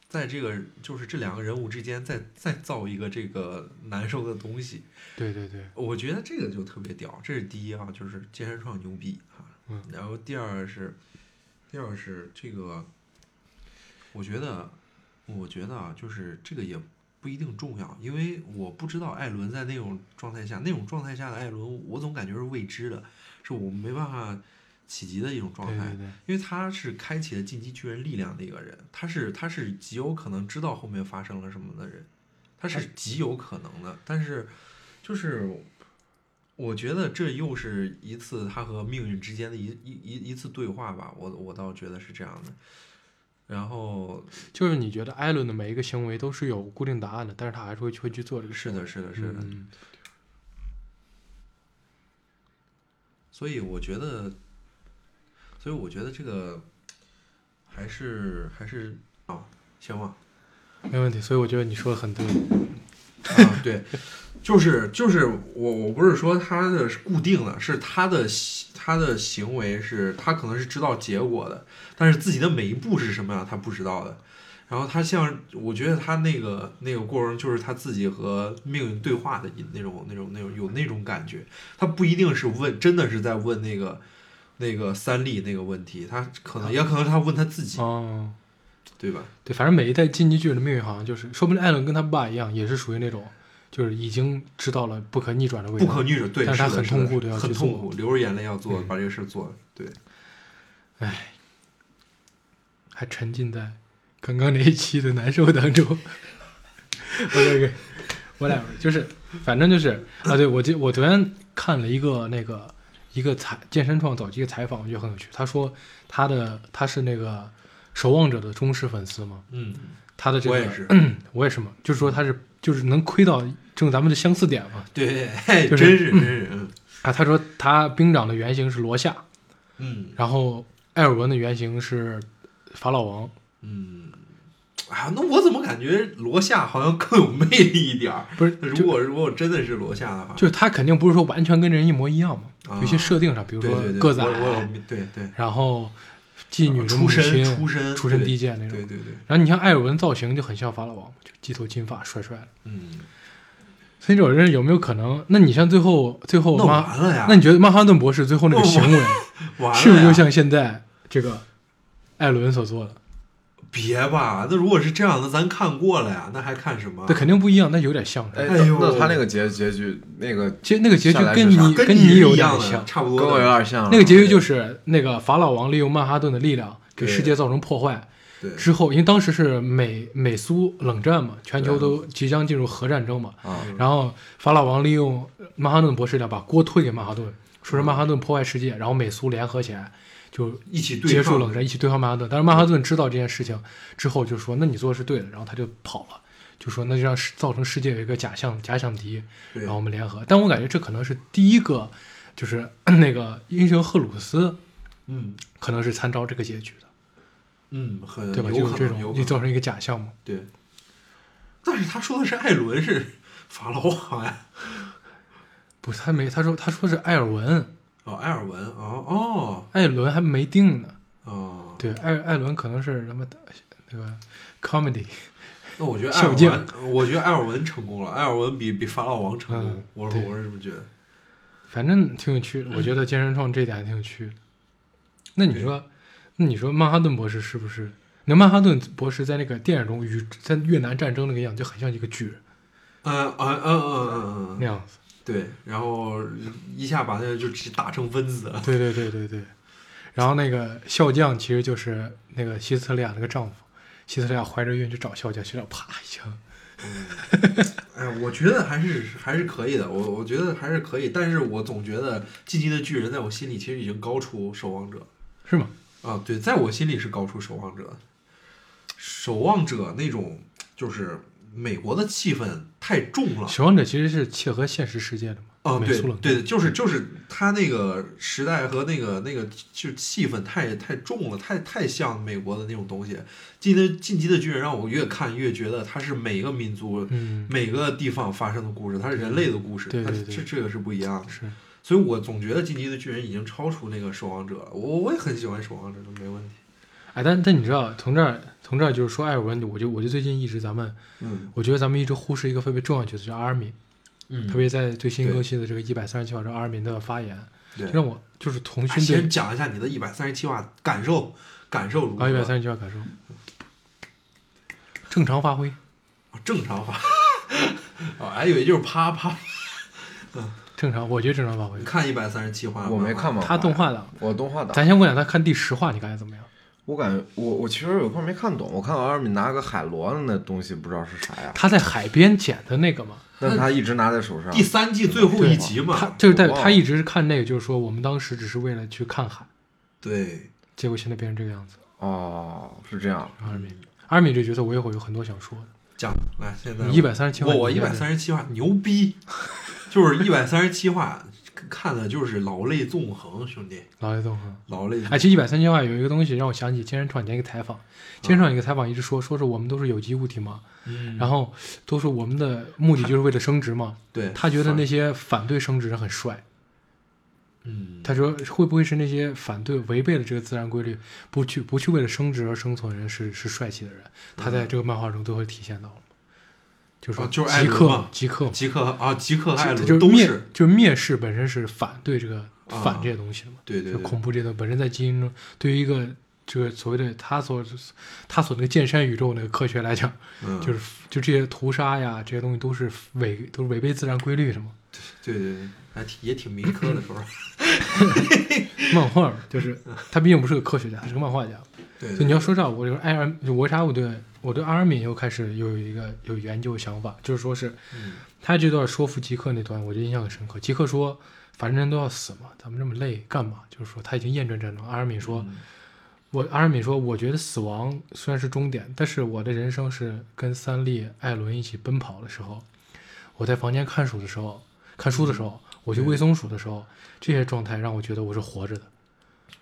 E: 在这个就是这两个人物之间再再造一个这个难受的东西。
C: 对对对，
E: 我觉得这个就特别屌，这是第一啊，就是健身创牛逼哈、
C: 嗯
E: 然后第二是，第二是这个，我觉得，我觉得啊，就是这个也不一定重要，因为我不知道艾伦在那种状态下，那种状态下的艾伦，我总感觉是未知的，是我没办法企及的一种状态。
C: 对对对，
E: 因为他是开启了进击巨人力量的一个人，他是他是极有可能知道后面发生了什么的人，他是极有可能的。但是，就是我觉得这又是一次他和命运之间的一一一一次对话吧，我我倒觉得是这样的。然后
C: 就是你觉得艾伦的每一个行为都是有固定答案的，但是他还是会会去做这个
E: 是
C: 事情。
E: 的，是的，是的，
C: 嗯
E: 所以我觉得，所以我觉得这个还是还是啊，行吧，
C: 嗯没问题。所以我觉得你说的很对。
E: 嗯啊，对，就是就是我我不是说他的是固定的，是他的行他的行为是他可能是知道结果的，但是自己的每一步是什么样他不知道的。然后他像我觉得他那个那个过程就是他自己和命运对话的一那种那种那种有那种感觉，他不一定是问真的是在问那个那个三立那个问题，他可能也可能是他问他自己，
C: 哦，
E: 对吧？
C: 对，反正每一代进击巨人的命运好像就是，说不定艾伦跟他爸一样，也是属于那种，就是已经知道了不可逆转的未来。
E: 不可逆转，对，
C: 但是他
E: 的
C: 很
E: 的
C: 痛苦地要
E: 很
C: 去
E: 痛
C: 做
E: 苦，流着眼泪要做，
C: 嗯
E: 把这个事儿做了，对。
C: 还沉浸在刚刚那一期的难受当中。OK OK whatever，就是反正就是啊，对我记我昨天看了一个那个一个采健身创早期的采访，我觉得很有趣。他说他的他是那个守望者的忠实粉丝嘛，
E: 嗯，
C: 他的这个嗯
E: 我也是，
C: 我也是嘛，就是说他是就是能窥到这种咱们的相似点嘛
E: 对，嘿
C: 就
E: 真
C: 是
E: 是真是，嗯
C: 啊。他说他兵长的原型是罗夏，
E: 嗯
C: 然后艾尔文的原型是法老王，
E: 嗯，啊，那我怎么感觉罗夏好像更有魅力一点儿？
C: 不是
E: 如
C: 就
E: 果如果真的是罗夏的话，
C: 就是他肯定不是说完全跟人一模一样嘛，
E: 啊
C: 有些设定上，比如
E: 对
C: 说
E: 对对，
C: 个子
E: 我我
C: 矮，
E: 有对对，
C: 然后妓女的
E: 出
C: 母
E: 身
C: 亲，
E: 出身
C: 出身
E: 对
C: 低贱那种
E: 对。对对，
C: 然后你像艾尔文造型就很像法老王，就鸡头金发，帅帅的。
E: 嗯，
C: 所以这种人有没有可能？那你像最后最后
E: 那
C: 曼，
E: 完了呀，
C: 那你觉得曼哈顿博士最后那个
E: 那
C: 行为，
E: 完了
C: 是不是
E: 呀
C: 就像现在这个艾伦所做的？
E: 别吧？那如果是这样的，咱看过了呀，那还看什么
C: 那？肯定不一样，那有点像是吧。
D: 哎，
E: 啊哎
D: 那
E: 呦
D: 那他那个结结局，那个
C: 其实那个结局
D: 下来
C: 跟
D: 是啥
C: 你
E: 跟
C: 你有
E: 一
C: 点
E: 样
C: 像
E: 的，，差不
D: 跟
E: 多
D: 我有
E: 的，
D: 点像了。
C: 那个结局就是那个法老王利用曼哈顿的力量给
E: 对
C: 世界造成破坏，
E: 对，
C: 之后，因为当时是美美苏冷战嘛，全球都即将进入核战争嘛，
D: 啊，
C: 然后法老王利用曼哈顿博士呢，把锅推给曼哈顿，
E: 嗯
C: 说是曼哈顿破坏世界，然后美苏联合起来就
E: 一起对
C: 结束
E: 抗
C: 冷战，一起对抗曼哈顿。但是曼哈顿知道这件事情之后，就说那你做的是对的，然后他就跑了，就说那就让世造成世界有一个假象假想敌，
E: 对
C: 然后我们联合。但我感觉这可能是第一个，就是那个英雄赫鲁斯
E: 嗯
C: 可能是参照这个结局的，
E: 嗯，很
C: 对吧？就
E: 有
C: 有
E: 可
C: 这
E: 能，有
C: 种
E: 可
C: 就
E: 能。
C: 造成一个假象嘛。
E: 对，但是他说的是艾伦是法老王呀，
C: 不是，他没，他说他说是艾尔文，
E: 哦，埃尔文，哦
C: 艾伦还没定呢。
E: 哦哦，
C: 对，艾艾伦可能是什么那个 comedy，
E: 那我觉得埃尔
C: 小将
E: 文，我觉得埃尔文成功了，埃尔文比比法老王成功，
C: 嗯
E: 我说
C: 对
E: 我是这么觉得。
C: 反正挺有趣的。我觉得健身创这一点还挺有趣的。那你说，那你说曼哈顿博士是不是？那曼哈顿博士在那个电影中与在越南战争那个样，就很像一个巨人
E: 嗯嗯嗯嗯嗯嗯
C: 那
E: 嗯，
C: 样子。
E: 对，然后一下把那个就直接打成分子了。
C: 对对对对对。然后那个笑匠其实就是那个希斯特利亚那个丈夫，希斯特利亚怀着孕去找笑匠，笑匠啪一枪
E: 哎呀，我觉得还是还是可以的，我我觉得还是可以，但是我总觉得《进击的巨人》在我心里其实已经高出《守望者》
C: 是吗？
E: 啊，对，在我心里是高出《守望者》的，《守望者》那种就是美国的气氛太重了
C: 《守望者》其实是切合现实世界的嘛？
E: 啊，
C: 美
E: 对
C: 苏冷战嗯
E: 对的，就是就是他那个时代和那个那个就气氛太太重了，太太像美国的那种东西。进击的进击的巨人让我越看越觉得它是每个民族
C: 嗯，
E: 每个地方发生的故事，它是人类的故事，
C: 对对对
E: 它这这个是不一样的。
C: 是
E: 所以我总觉得《进击的巨人》已经超出那个《守望者》了。我我也很喜欢《守望者》，没问题。
C: 哎，但但你知道，从这儿从这儿就是说艾尔文，我就我就最近一直咱们，
E: 嗯
C: 我觉得咱们一直忽视一个特别重要的角色，就是阿尔敏，
E: 嗯
C: 特别在最新更新的这个一百三十七话中，阿尔敏的发言
E: 对。
C: 让我就是童
E: 哎
C: 军对
E: 先讲一下你的一百三十七话感受，感受如何？
C: 啊一百三十七话感受，正常发挥，
E: 正常发， 哦，还以为就是啪啪。
C: 正常，我觉得正常发挥
E: 你。看一百三十七话了吗，
D: 我没看嘛，
C: 他动画党，
D: 我动画党，
C: 咱先问一下他看第十话，你感觉怎么样？
D: 我感觉我我其实有块没看懂，我看阿尔敏拿个海螺的那东西不知道是啥呀，
C: 他在海边捡的那个嘛，
D: 但他一直拿在手上
E: 第。三季最后一集
C: 他
E: 嘛。
C: 就是代
D: 我
C: 表
D: 忘
C: 他
D: 了
C: 一直是看那个，就是说我们当时只是为了去看海，
E: 对，
C: 结果现在变成这个样子。
D: 哦，是这样，
C: 阿尔敏，阿尔敏这角色我一会儿有很多想说的。
E: 讲来现在
C: 一百三十七话，
E: 我我
C: 你
E: 一
C: 觉得
E: 百三十七话牛逼， 就是一百三十七话看的就是老泪纵横，兄弟，
C: 老雷动啊。
E: 老泪纵横。
C: 哎，其实一百三十七话有一个东西让我想起今天创前一个采访，今天创一个采访一直说说是我们都是有机物体嘛，
E: 嗯
C: 然后都说我们的目的就是为了升值 嘛。
E: 对
C: 他觉得那些反对升值人很帅，
E: 嗯，
C: 他说会不会是那些反对违背了这个自然规律，不去不去为了升值而生存的人是是帅气的人，他在这个漫画中都会体现到了，就说
E: 嗯哦就是艾
C: 极
E: 伦
C: 客
E: 嘛
C: 极客嘛
E: 极客啊，极客艾
C: 就
E: 伦
C: 是
E: 都
C: 蔑
E: 是，
C: 就是蔑视本身是反对这个
E: 啊
C: 反这些东西的嘛，
E: 对对
C: 就
E: 对
C: 恐怖这个本身在基因中，对于一个这个所谓的他所他所那个剑山宇宙那个科学来讲，
E: 嗯，
C: 就是就这些屠杀呀这些东西都是违都是违背自然规律的嘛，
E: 对对对，还挺也挺民科的时候，
C: 漫画嘛就是他毕竟不是个科学家，他是个漫画家，
E: 嗯对
C: 所以
E: 对
C: 你要说这，我就是艾尔，就我为啥我对我对阿尔敏又开始又有一个有研究想法，就是说是
E: 嗯
C: 他这段说服极客那段，我就印象很深刻。极客说，反正人都要死嘛，咱们这么累干嘛？就是说他已经厌倦战争。阿尔敏说，
E: 嗯
C: 我阿尔敏说，我觉得死亡虽然是终点，但是我的人生是跟三笠、艾伦一起奔跑的时候，我在房间看书的时候，看书的时候，
E: 嗯
C: 我去喂松鼠的时候，这些状态让我觉得我是活着的。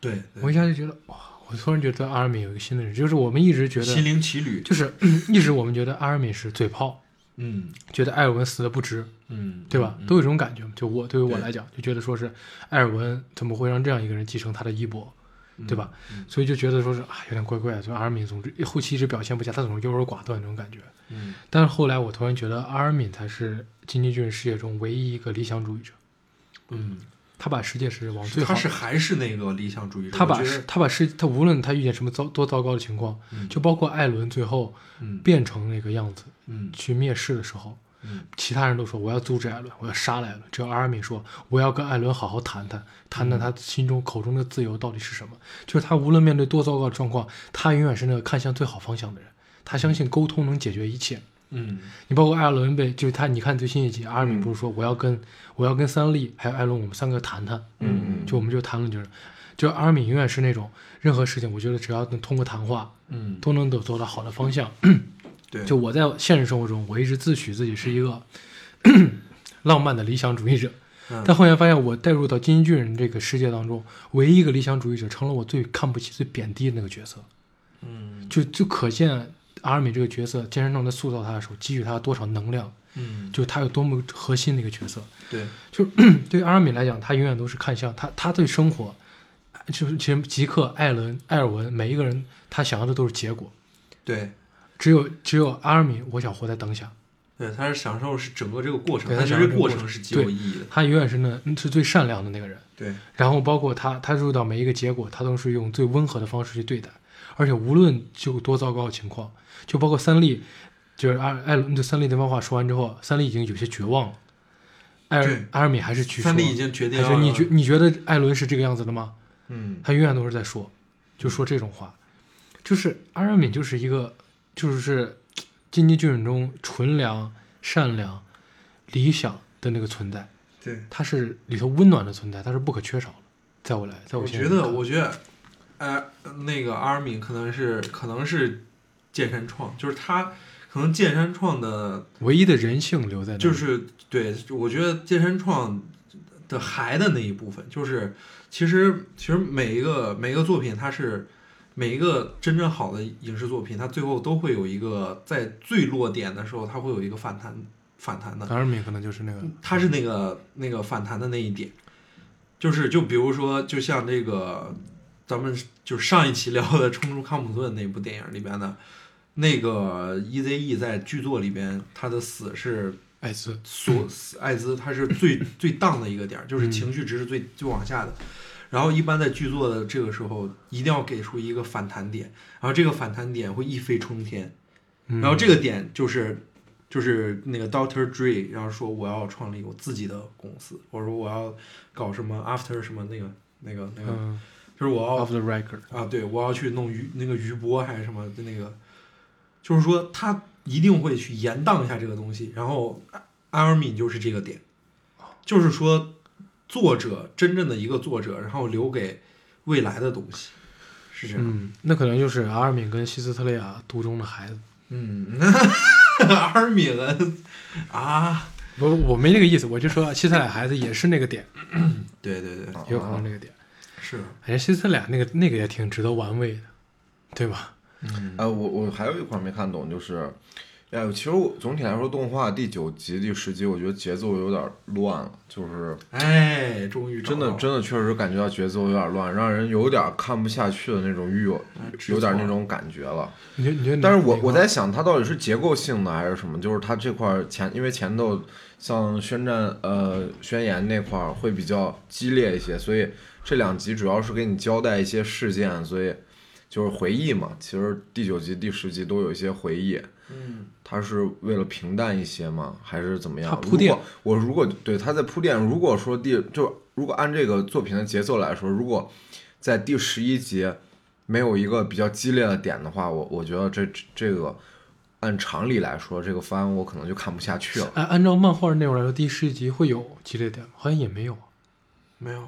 E: 对，对
C: 我一下就觉得哇，我突然觉得阿尔敏有一个新的认识，就是我们一直觉
E: 心
C: 得，
E: 灵奇旅，
C: 就是 嗯一直我们觉得阿尔敏是嘴炮，
E: 嗯
C: 觉得艾尔文死的不值，
E: 嗯，
C: 对吧？
E: 嗯
C: 都有这种感觉嘛。就我对于我
E: 对
C: 来讲，就觉得说是艾尔文怎么会让这样一个人继承他的衣钵，对吧？？
E: 嗯
C: 所以就觉得说是啊，有点怪怪的。就阿尔敏总之后期一直表现不佳，他总是优柔寡断那种感觉。
E: 嗯，
C: 但是后来我突然觉得阿尔敏才是金基俊事业中唯一一个理想主义者，
E: 嗯，
C: 他把世界是往最好
E: 他是还是那个理想主义者，
C: 他
E: 我
C: 把
E: 觉
C: 世
E: 得
C: 他把世他无论他遇见什么糟多糟糕的情况，
E: 嗯
C: 就包括艾伦最后
E: 嗯
C: 变成那个样子
E: 嗯
C: 去蔑视的时候，
E: 嗯
C: 其他人都说我要阻止艾伦，我要杀了艾伦，只有阿尔敏说我要跟艾伦好好谈谈，谈
E: 嗯
C: 谈他心中口中的自由到底是什么。就是他无论面对多糟糕的状况，他永远是那个看向最好方向的人。他相信沟通能解决一切。
E: 嗯
C: 你包括艾伦被，就是他，你看最新一集，阿尔敏不是说我要跟、我要跟三笠还有艾伦我们三个谈谈，
D: 嗯嗯，
C: 就我们就谈论就是，就阿尔敏永远是那种任何事情，我觉得只要能通过谈话，
E: 嗯，
C: 都能走走到好的方向。
E: 对，
C: 就我在现实生活中，我一直自诩自己是一个 浪漫的理想主义者，
E: 嗯
C: 但后来发现我带入到金巨人这个世界当中，唯一一个理想主义者成了我最看不起、最贬低的那个角色。
E: 嗯
C: 就就可见阿尔敏这个角色，健身壮在塑造他的时候，给予他多少能量，
E: 嗯，
C: 就是他有多么核心的一个角色。
E: 对，
C: 对于阿尔敏来讲，他永远都是看向他，他对生活，就是其实吉克、艾伦、艾尔文每一个人，他想要的都是结果。
E: 对
C: 只有只有阿尔敏，我想活在当下。
E: 对，他是享受是整个这个过程，
C: 对
E: 他
C: 他
E: 觉
C: 享
E: 得这
C: 受这
E: 个
C: 个
E: 过
C: 过
E: 程
C: 程
E: 是极有意义的。
C: 他永远是那嗯是最善良的那个人。
E: 对，
C: 然后包括他，他入到每一个结果，他都是用最温和的方式去对待，而且无论就多糟糕的情况，就包括三笠，就是艾艾伦对三笠那番话说完之后，三笠已经有些绝望了，艾
E: 对
C: 尔艾尔敏还是去说，
E: 三笠已经决定
C: 还
E: 要
C: 是你觉你觉得艾伦是这个样子的吗？
D: 嗯
C: 他永远都是在说，就说这种话，就是阿尔敏就是一个，就是金鸡俊忍中纯良、善良、理想的那个存在，
E: 对，
C: 它是里头温暖的存在，它是不可缺少的。在我来，在
E: 我
C: 心
E: 觉
C: 里
E: 得，
C: 看
E: 我觉得，哎、那个阿米可能是可能是剑山创，就是他可能剑山创的，
C: 唯一的人性留在那里，
E: 就是对，我觉得剑山创的还的那一部分，就是其实其实每一个每一个作品，它是每一个真正好的影视作品，它最后都会有一个在最落点的时候，它会有一个反弹反弹的。
C: 阿米可能就是那个
E: 它是那个那个反弹的那一点，就是就比如说，就像这个咱们就是上一期聊的《冲出康普顿》那部电影里边的，那个 E.Z.E 在剧作里边他的死是
C: 艾斯，
E: 所艾滋，他是 最最荡的一个点儿，就是
C: 嗯
E: 情绪值是最最往下的。然后一般在剧作的这个时候，一定要给出一个反弹点，然后这个反弹点会一飞冲天。
C: 然
E: 然后这个点就是就是那个 Doctor Dre，然后说我要创立我自己的公司，我说我要搞什么 After 什么那个那个那个，
C: 嗯
E: 就是我要
C: ，off the record，
E: 啊，对我要去弄余那个余波还是什么的那个，就是说他一定会去延宕一下这个东西。然后阿尔敏就是这个点，
D: 哦
E: 就是说作者真正的一个作者，然后留给未来的东西，是这样。
C: 嗯，那可能就是阿尔敏跟西斯特雷亚肚中的孩子。
E: 嗯， 阿尔敏啊，
C: 不，我没那个意思，我就说西斯特雷亚孩子也是那个点，
E: 对对对，
C: 也有可能那个点。
E: 是，
C: 哎，西斯特雷亚那个那个也挺值得玩味的，对吧？
E: 嗯，
D: 呃，我我还有一块儿没看懂，就是，哎，其实我总体来说，动画第九集、第十集，我觉得节奏有点儿乱了，就是
E: 哎，终于找
D: 真的
E: 到
D: 真的确实感觉到节奏有点儿乱，让人有点儿看不下去的那种欲有
E: 哎知
D: 有点儿
E: 错
D: 那种感觉了。
C: 你觉你觉得哪？
D: 但是我
C: 哪
D: 我
C: 块
D: 在想，它到底是结构性的还是什么？就是它这块儿前，因为前头像宣战呃宣言那块儿会比较激烈一些，所以这两集主要是给你交代一些事件，所以就是回忆嘛。其实第九集、第十集都有一些回忆，
E: 嗯，
D: 它是为了平淡一些吗？还是怎么样？
C: 它铺垫
D: 如果我如果对它在铺垫，如果说第就如果按这个作品的节奏来说，如果在第十一集没有一个比较激烈的点的话，我我觉得这这这个按常理来说，这个番我可能就看不下去了。
C: 按按照漫画内容来说，第十集会有激烈点吗，好像也没有。
E: 没有，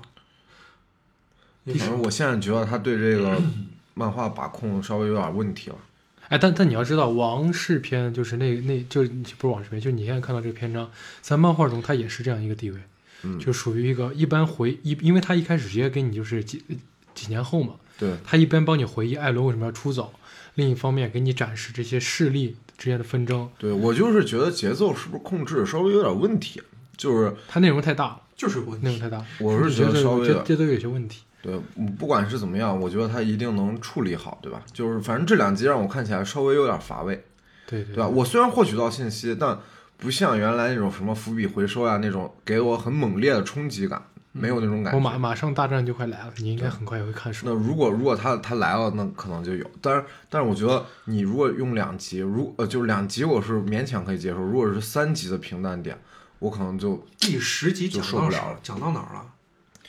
D: 反正我现在觉得他对这个 漫画把控稍微有点问题了。
C: 哎，但但你要知道，王室篇就是那那就是你不是王室篇，就是你现在看到这个篇章，在漫画中它也是这样一个地位，
D: 嗯
C: 就属于一个一般回一，因为它一开始直接给你就是几几年后嘛，
D: 对，
C: 他一边帮你回忆艾伦为什么要出走，另一方面给你展示这些势力之间的纷争，
D: 对我就是觉得节奏是不是控制稍微有点问题，就是
C: 它内容太大了，
E: 就是问
C: 内容
E: 题，
C: 太大了，
D: 我是
C: 觉
D: 觉
C: 得
D: 得稍微有
C: 这
D: 点
C: 这都有些问题。
D: 对，嗯不管是怎么样，我觉得他一定能处理好，对吧？就是反正这两集让我看起来稍微有点乏味，
C: 对对
D: 对吧？啊我虽然获取到信息，但不像原来那种什么伏笔回收呀、啊那种给我很猛烈的冲击感，没有那种感
C: 我
D: 觉。
C: 马马上大战就快来了，你应该很快也会看
D: 那
C: 书。
D: 如果如果他他来了，那可能就有。但是但是我觉得你如果用两集，如呃就是两集我是勉强可以接受，如果是三集的平淡点，我可能就
E: 第十集讲
D: 就受
E: 到
D: 不
E: 哪
D: 了
E: 儿
D: 了
E: 讲到哪儿了？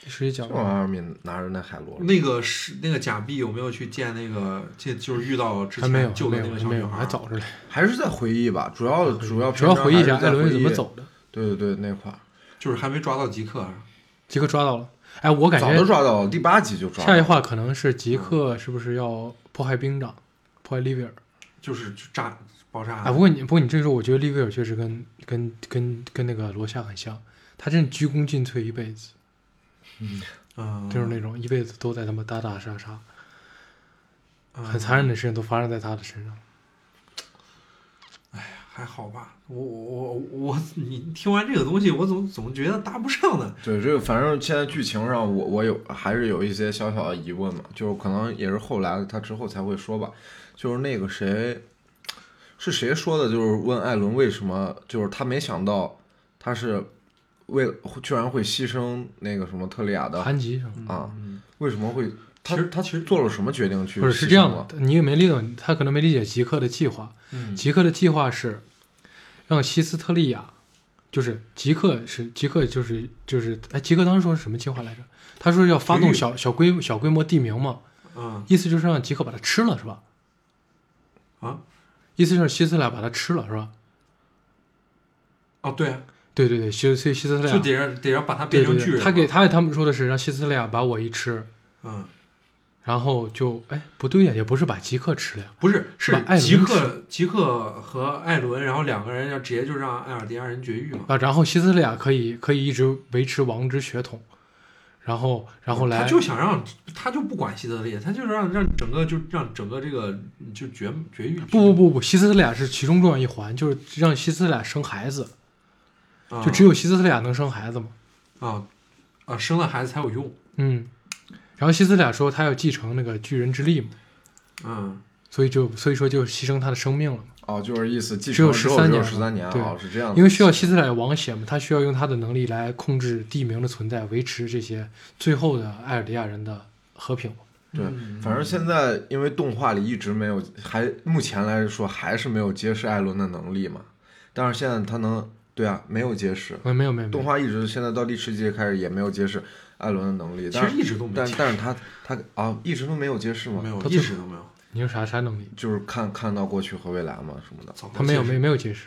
C: 实际讲
D: 就，往外面拿着那海螺了。
E: 那个是那个假币有没有去见那个见就是遇到之
C: 还没有，
E: 前
C: 还
E: 救
C: 没
E: 的那
C: 有，
E: 个
C: 还
E: 小
C: 没
E: 女
C: 有，
E: 孩？
C: 还早着嘞。
D: 还是在回忆吧，主要主要
C: 主要回忆一下
D: 篇
C: 艾
D: 章还是在
C: 伦是怎么
D: 回忆。
C: 走的，
D: 对对对，那块儿。
E: 就是还没抓到啊极客，
C: 吉克抓到了。哎，我感
D: 早都
C: 觉
D: 抓到了，第八集就抓到
C: 下一
D: 了。嗯
C: 话可能是吉克是不是要迫害兵长，迫害利维尔？
E: 就是炸爆炸
D: 啊
C: 哎，不过你不过你这时候，我觉得利维尔确实跟跟跟跟那个罗夏很像，他真是鞠躬尽瘁一辈子。
E: 嗯，
C: 就是那种一辈子都在他妈打打杀杀，
E: 嗯
C: 很残忍的事情都发生在他的身上。
E: 还好吧？我我我我，你听完这个东西，我总总觉得搭不上呢。
D: 对，这个反正现在剧情上我我有还是有一些小小的疑问嘛，就是可能也是后来他之后才会说吧，就是那个谁，是谁说的？就是问艾伦为什么，就是他没想到他是为了居然会牺牲那个什么特利亚的，
C: 韩吉是吧？
D: 啊
E: 嗯，
D: 为什么会他
E: 其实
D: 他
E: 其实
D: 做了什么决定去
C: 不是
D: 牺
C: 是
D: 牲
C: 这样
D: 了
C: 的，你也没理解，他可能没理解吉克的计划。
E: 嗯
C: 吉克的计划是让西斯特利亚，就是吉克是吉克就是就是哎，吉克当时说是什么计划来着？他说要发动
E: 绝育
C: 小小规小规模地名嘛，
E: 嗯
C: 意思就是让吉克把它吃了是吧？
E: 啊，
C: 意思是希斯莱把他吃了是吧？
E: 哦，对啊，
C: 对对对，希所以希斯莱
E: 就得让得让把他变
C: 对
E: 成
C: 对
E: 巨人
C: 对，
E: 嘛。
C: 他给他他们说的是让希斯莱亚把我一吃，
E: 嗯，
C: 然后就哎不对呀，也不是把吉克吃了呀，
E: 不是
C: 把
E: 是
C: 艾伦
E: 吉克
C: 吃
E: 吉克和艾伦，然后两个人要直接就让艾尔迪亚人绝育嘛。
C: 啊，然后希斯莱亚可以可以一直维持王之血统，然后然后来
E: 他就想让他就不管希特勒，他就是让让整个就让整个这个就绝绝育。
C: 不不不不，希斯莱亚是其中重要一环，就是让希斯莱亚生孩子，
E: 不啊、
C: 就只有希斯莱亚能生孩子嘛。
E: 啊啊生了孩子才有用。
C: 嗯，然后希斯莱亚说他要继承那个巨人之力嘛，
E: 嗯，
C: 所以就所以说就牺牲他的生命了嘛，
D: 哦，就是意思继
C: 只有
D: 承之
C: 13
D: 后只有
C: 年
D: 十三年
C: 对
D: 哦，是这样子。
C: 因为需要希斯莱亚王血嘛，他需要用他的能力来控制地名的存在，维持这些最后的艾尔迪亚人的和平嘛。
D: 对
E: 嗯
D: 反正现在因为动画里一直没有，还目前来说还是没有揭示艾伦的能力嘛。但是现在他能，对啊，没有揭示。
C: 啊，没有没
E: 嗯
C: 有没
D: 动
C: 有，
D: 画一直现在到第十集开始也没有揭示艾伦的能力，
E: 其
D: 但
E: 实
D: 是
E: 一直都没
D: 但
E: 有
D: 但是他他啊一直都没有揭示嘛
E: 没，有
C: 他
E: 一直都没有，
C: 你有啥啥能力？
D: 就是看看到过去和未来嘛什么的，
E: 早都
C: 他没有
E: 结
C: 没
E: 束
C: 有没有解释，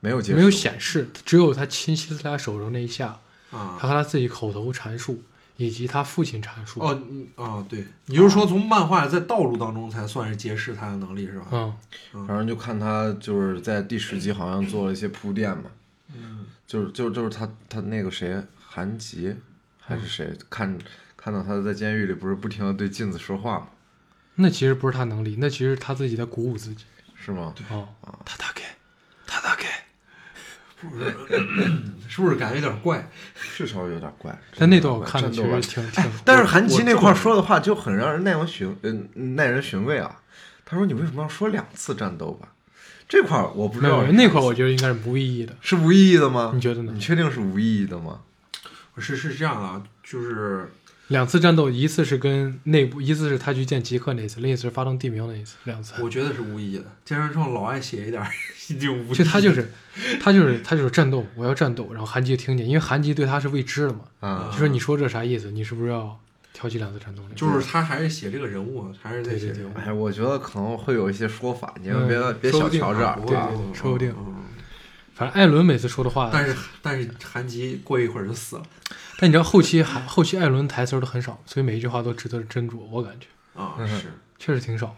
D: 没有揭示，
C: 没有显示，只有他亲希斯莱亚手中那一下，他
E: 啊
C: 和他自己口头阐述，以及他父亲阐述。
E: 哦嗯哦对，也就是说从漫画在道路当中才算是揭示他的能力是吧？
C: 嗯，
D: 反正就看他就是在第十集好像做了一些铺垫嘛，嗯，就是就就是他他那个谁韩吉还是谁、看看到他在监狱里不是不停的对镜子说话嘛，
C: 那其实不是他能力，那其实他自己在鼓舞自己。
D: 是吗？
C: 哦，他大概，他大概。嗯
E: 是不是感觉有点怪？
D: 是稍微有点怪，
C: 但那段我看的
D: 战
C: 其
D: 斗
C: 实
D: 吧
C: 挺挺，
D: 但是韩
E: 我
D: 琦那块儿说的话就很让人耐人寻呃耐人寻味啊。他说：“你为什么要说两次战斗吧？”这块儿我不知
C: 没有
D: 道
C: 没有，那块儿我觉得应该是无意义的。
D: 是无意义的吗？
C: 你觉得呢
D: 啊你确定是无意义的吗？
E: 是是这样的啊，就是
C: 两次战斗，一次是跟内部，一次是他去见吉克那一次，另一次是发动地名那一次，两次。
E: 我觉得是无意义的。健身创老爱写一点儿 这种无意义，
C: 就他就是，他就是他就是战斗，我要战斗。然后韩吉听见，因为韩吉对他是未知的嘛，
D: 啊、
C: 就说你说这啥意思？你是不是要挑起两次战斗呢？
E: 就是他还是写这个人物，啊还是在
C: 对对
E: 写
C: 对
E: 这个。
D: 哎，我觉得可能会有一些说法，你们
C: 嗯
D: 别、别
C: 说
D: 小
C: 不定
D: 瞧这儿
E: 不会
C: 对
E: 吧
C: 对
E: 嗯
C: 对，说不定。
E: 嗯
C: 反正艾伦每次说的话，
E: 但是但是韩吉过一会儿就死了
C: 但你知道后期还后期艾伦台词儿都很少，所以每一句话都值得斟酌。我感觉
E: 啊，
D: 嗯哼
E: 是。
C: 确实挺少。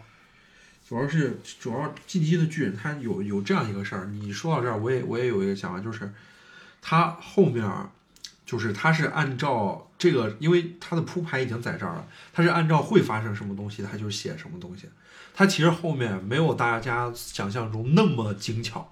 E: 主要是主要进击的巨人，他有有这样一个事儿。你说到这儿，我也我也有一个想法，就是他后面儿就是他是按照这个，因为他的铺排已经在这儿了，他是按照会发生什么东西，他就写什么东西。他其实后面没有大家想象中那么精巧，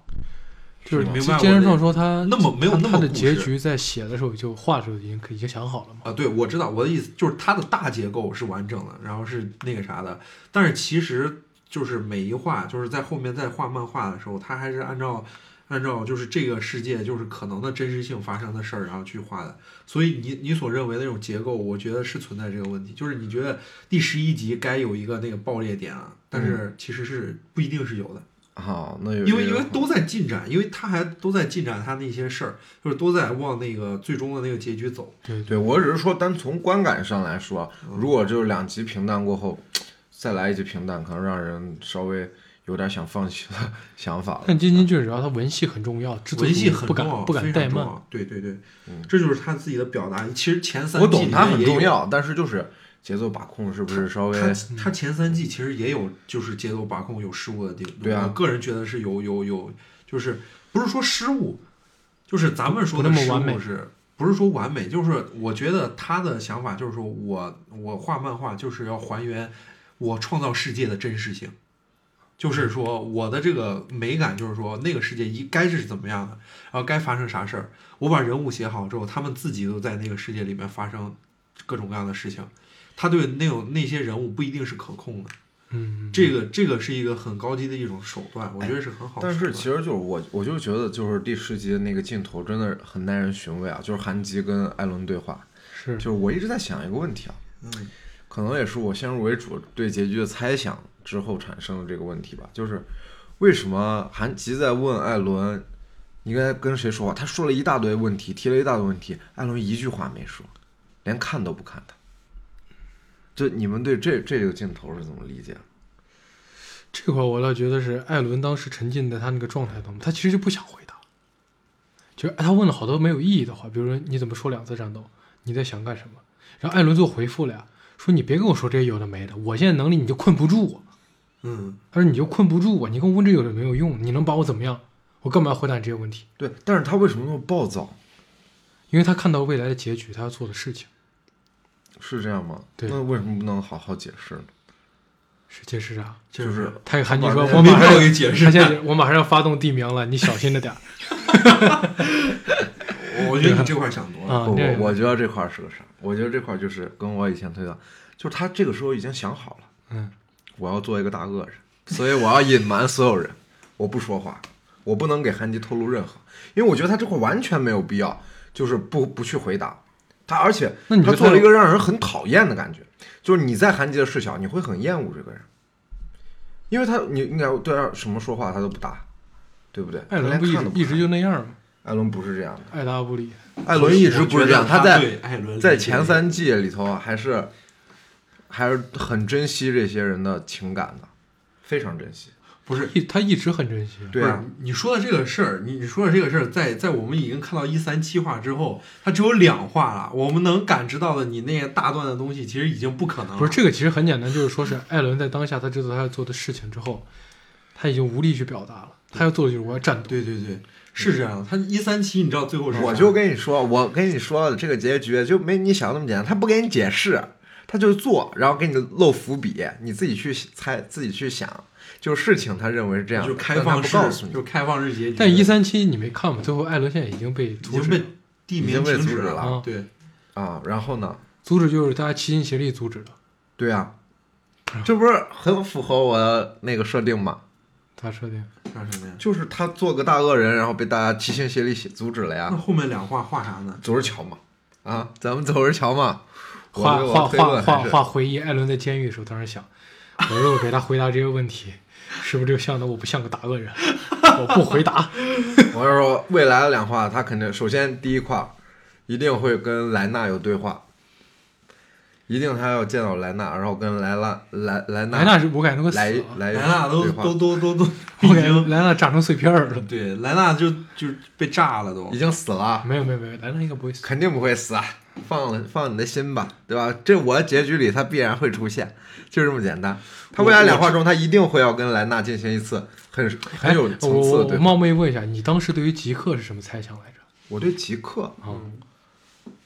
C: 就是
E: 明白我的
C: 金人创说他
E: 那么没有
C: 他
E: 那么
C: 他的
E: 故
C: 结
E: 事
C: 局在写的时候就画的时候已经可已经想好了嘛。
E: 啊，对，我知道我的意思就是它的大结构是完整的，然后是那个啥的，但是其实就是每一画，就是在后面在画漫画的时候，它还是按照按照就是这个世界就是可能的真实性发生的事儿，然后去画的。所以你你所认为的那种结构，我觉得是存在这个问题，就是你觉得第十一集该有一个那个爆裂点啊，但是其实是不一定是有的。
D: 好，那有
E: 因为
D: 这
E: 因
D: 个
E: 为
D: 话
E: 都在进展，因为他还都在进展他那些事儿，就是都在往那个最终的那个结局走。
C: 对
D: 对我只是说单从观感上来说，
E: 嗯
D: 如果就是两集平淡过后，再来一集平淡，可能让人稍微有点想放弃的 想法了。
C: 但金金就是主要他文戏很重要，制作
E: 文戏
C: 组
E: 很
C: 不
E: 重要，
C: 敢不敢
E: 非常
C: 怠
E: 重
C: 慢。
E: 要。对对对
D: 嗯，
E: 这就是他自己的表达。其实前三季
D: 我懂它
E: 里面
D: 很
E: 也有
D: 重，要，但是就是节奏把控是不是稍微
E: 他他前三季其实也有就是节奏把控有失误的地方。
D: 对啊
E: 我个人觉得是有有有，就是不是说失误，就是咱们说的
C: 不那么
E: 失
C: 完
E: 误
C: 美
E: 是。不是说完美，就是我觉得他的想法就是说我我画漫画就是要还原我创造世界的真实性，就是说我的这个美感就是说那个世界应该是怎么样的，然后该发生啥事儿，我把人物写好之后，他们自己都在那个世界里面发生各种各样的事情。他对那种那些人物不一定是可控的，
C: 嗯，
E: 这个这个是一个很高级的一种手段，我觉得是很好的
D: 哎但
E: 手段。
D: 是其实就是我，我就觉得就是第十集的那个镜头真的很耐人寻味啊，就是韩吉跟艾伦对话，
C: 是
D: 就是我一直在想一个问题啊，
E: 嗯，
D: 可能也是我先入为主对结局的猜想之后产生的这个问题吧，就是为什么韩吉在问艾伦你应该跟谁说话，他说了一大堆问题，提了一大堆问题，艾伦一句话没说，连看都不看他，就你们对这这个镜头是怎么理解？
C: 这块儿我倒觉得是艾伦当时沉浸在他那个状态当中，他其实就不想回答，就是哎他问了好多没有意义的话，比如说你怎么说两次战斗，你在想干什么？然后艾伦做回复了呀，说你别跟我说这些有的没的，我现在能力你就困不住我，
E: 嗯，
C: 他说你就困不住我，你跟我问这有的没有用，你能把我怎么样？我干嘛要回答你这些问题？
D: 对，但是他为什么那么暴躁？
C: 因为他看到未来的结局，他要做的事情
D: 是这样吗？
C: 对
D: 那为什么不能好好解释呢？
C: 是这是啥？
D: 就是
C: 他喊你说
D: 把这
C: 我马
E: 没
C: 上
E: 必要给解释
C: 他现在 我马上要发动地名了，你小心着点儿
E: 我我觉得你这块儿想多了，
C: 啊！
D: 我
C: 这
D: 我我觉得这块儿是个啥？我觉得这块儿就是跟我以前推断，就是他这个时候已经想好了，
C: 嗯，
D: 我要做一个大恶人，所以我要隐瞒所有人，我不说话，我不能给韩吉透露任何，因为我觉得他这块儿完全没有必要，就是不不去回答他，而且
C: 那你
D: 他
C: 就
D: 做
C: 在
D: 了一个让人很讨厌的感觉，就是你在韩吉的视角，你会很厌恶这个人，因为他你你看对他什么说话他都不答，对不对？
C: 艾
D: 他
C: 伦
D: 连
C: 一
D: 看
C: 直
D: 都不
C: 一直
D: 看
C: 就那样吗？
D: 艾伦不是这样的，
C: 爱答不理。
D: 艾伦一直不是这样，
E: 他
D: 在
E: 呃对艾伦
D: 在
E: 理解
D: 前三季里头啊还是还是很珍惜这些人的情感的，非常珍惜。
E: 不是
C: 一他一直很珍惜。
D: 对
E: 不
D: 啊
E: 是，你说的这个事儿，你你说的这个事儿，在在我们已经看到一三七话之后，它只有两话了。我们能感知到的，你那些大段的东西，其实已经不可能了。
C: 不是这个，其实很简单，就是说是艾伦在当下他知道他要做的事情之后，他已经无力去表达了，他要做的就是我要战斗。
E: 对对对，是这样的。他一三七，你知道最后是啥
D: 我就跟你说，我跟你说的这个结局就没你想的那么简单，他不给你解释，他就做，然后给你露伏笔，你自己去猜，自己去想。就是事情他认为是这样，
E: 就开
D: 但他
E: 放
D: 不
E: 式，
D: 告诉你
E: 就。开放式结局。
C: 但一三七你没看吗？最后艾伦现在已经被
E: 已
C: 阻
E: 经
C: 止
E: 被
C: 了，
E: 地
D: 已经
E: 名
D: 被
E: 停
D: 阻
E: 止
D: 止了
C: 啊
E: 对，
D: 啊，然后呢？
C: 阻止就是大家齐心协力阻止的。
D: 对啊，
E: 哎
D: 这不是很符合我的那个设定吗？
C: 他设定
E: 啥什么呀？
D: 就是他做个大恶人，然后被大家齐心协力阻止了呀
E: 那。后面两话画啥呢？
D: 走着瞧嘛，啊，咱们走着瞧嘛。
C: 画
D: 我
C: 画
D: 我推
C: 画
D: 论
C: 画
D: 还是
C: 画回忆艾伦在监狱的时候，当时想，我如果给他回答这些问题，是不是就像得我不像个大恶人？我不回 答。
D: 我是说未来的两话，他肯定首先第一块一定会跟莱纳有对话，一定他要见到莱纳，然后跟莱拉莱莱纳
C: 莱纳是我感觉都快
D: 莱
C: 死了，
D: 莱
E: 莱纳都
D: 对哎话
E: 都都 都都已
C: 我感觉
E: 经
C: 莱纳炸成碎片儿了。
E: 对莱纳就就被炸了都
D: 已。经死了，
C: 没有没有没有，莱纳应该不会死。
D: 肯定不会死啊。放了放你的心吧，对吧？这我的结局里他必然会出现，就这么简单。他未来两话中，他一定会要跟莱纳进行一次很很有
C: 哎
D: 层次
C: 我
D: 的
C: 我
D: 对
C: 我
D: 话。
C: 冒昧问一下，你当时对于极客是什么猜想来着？
D: 我对极客
C: 啊、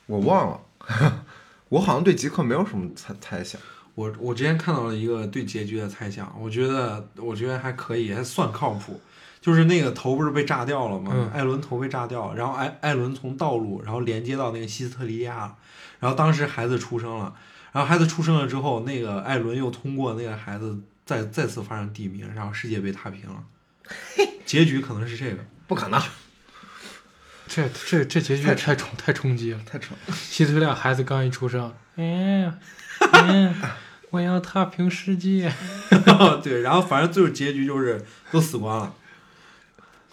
D: 我忘了， 我好像对极客没有什么猜猜想。
E: 我我之前看到了一个对结局的猜想，我觉得我觉得还可以，还算靠谱。就是那个头不是被炸掉了吗？
C: 嗯
E: 艾伦头被炸掉，然后艾艾伦从道路，然后连接到那个西斯特利亚，然后当时孩子出生了，然后孩子出生了之后，那个艾伦又通过那个孩子再再次发生地名，然后世界被踏平 了。结局可能是这个，
D: 不可能，
C: 这这这结局也太冲太冲击了。
D: 太扯了。
C: 希特勒孩子刚一出生，哎，哎我要踏平世界。
E: 对，然后反正最后结局就是都死光了。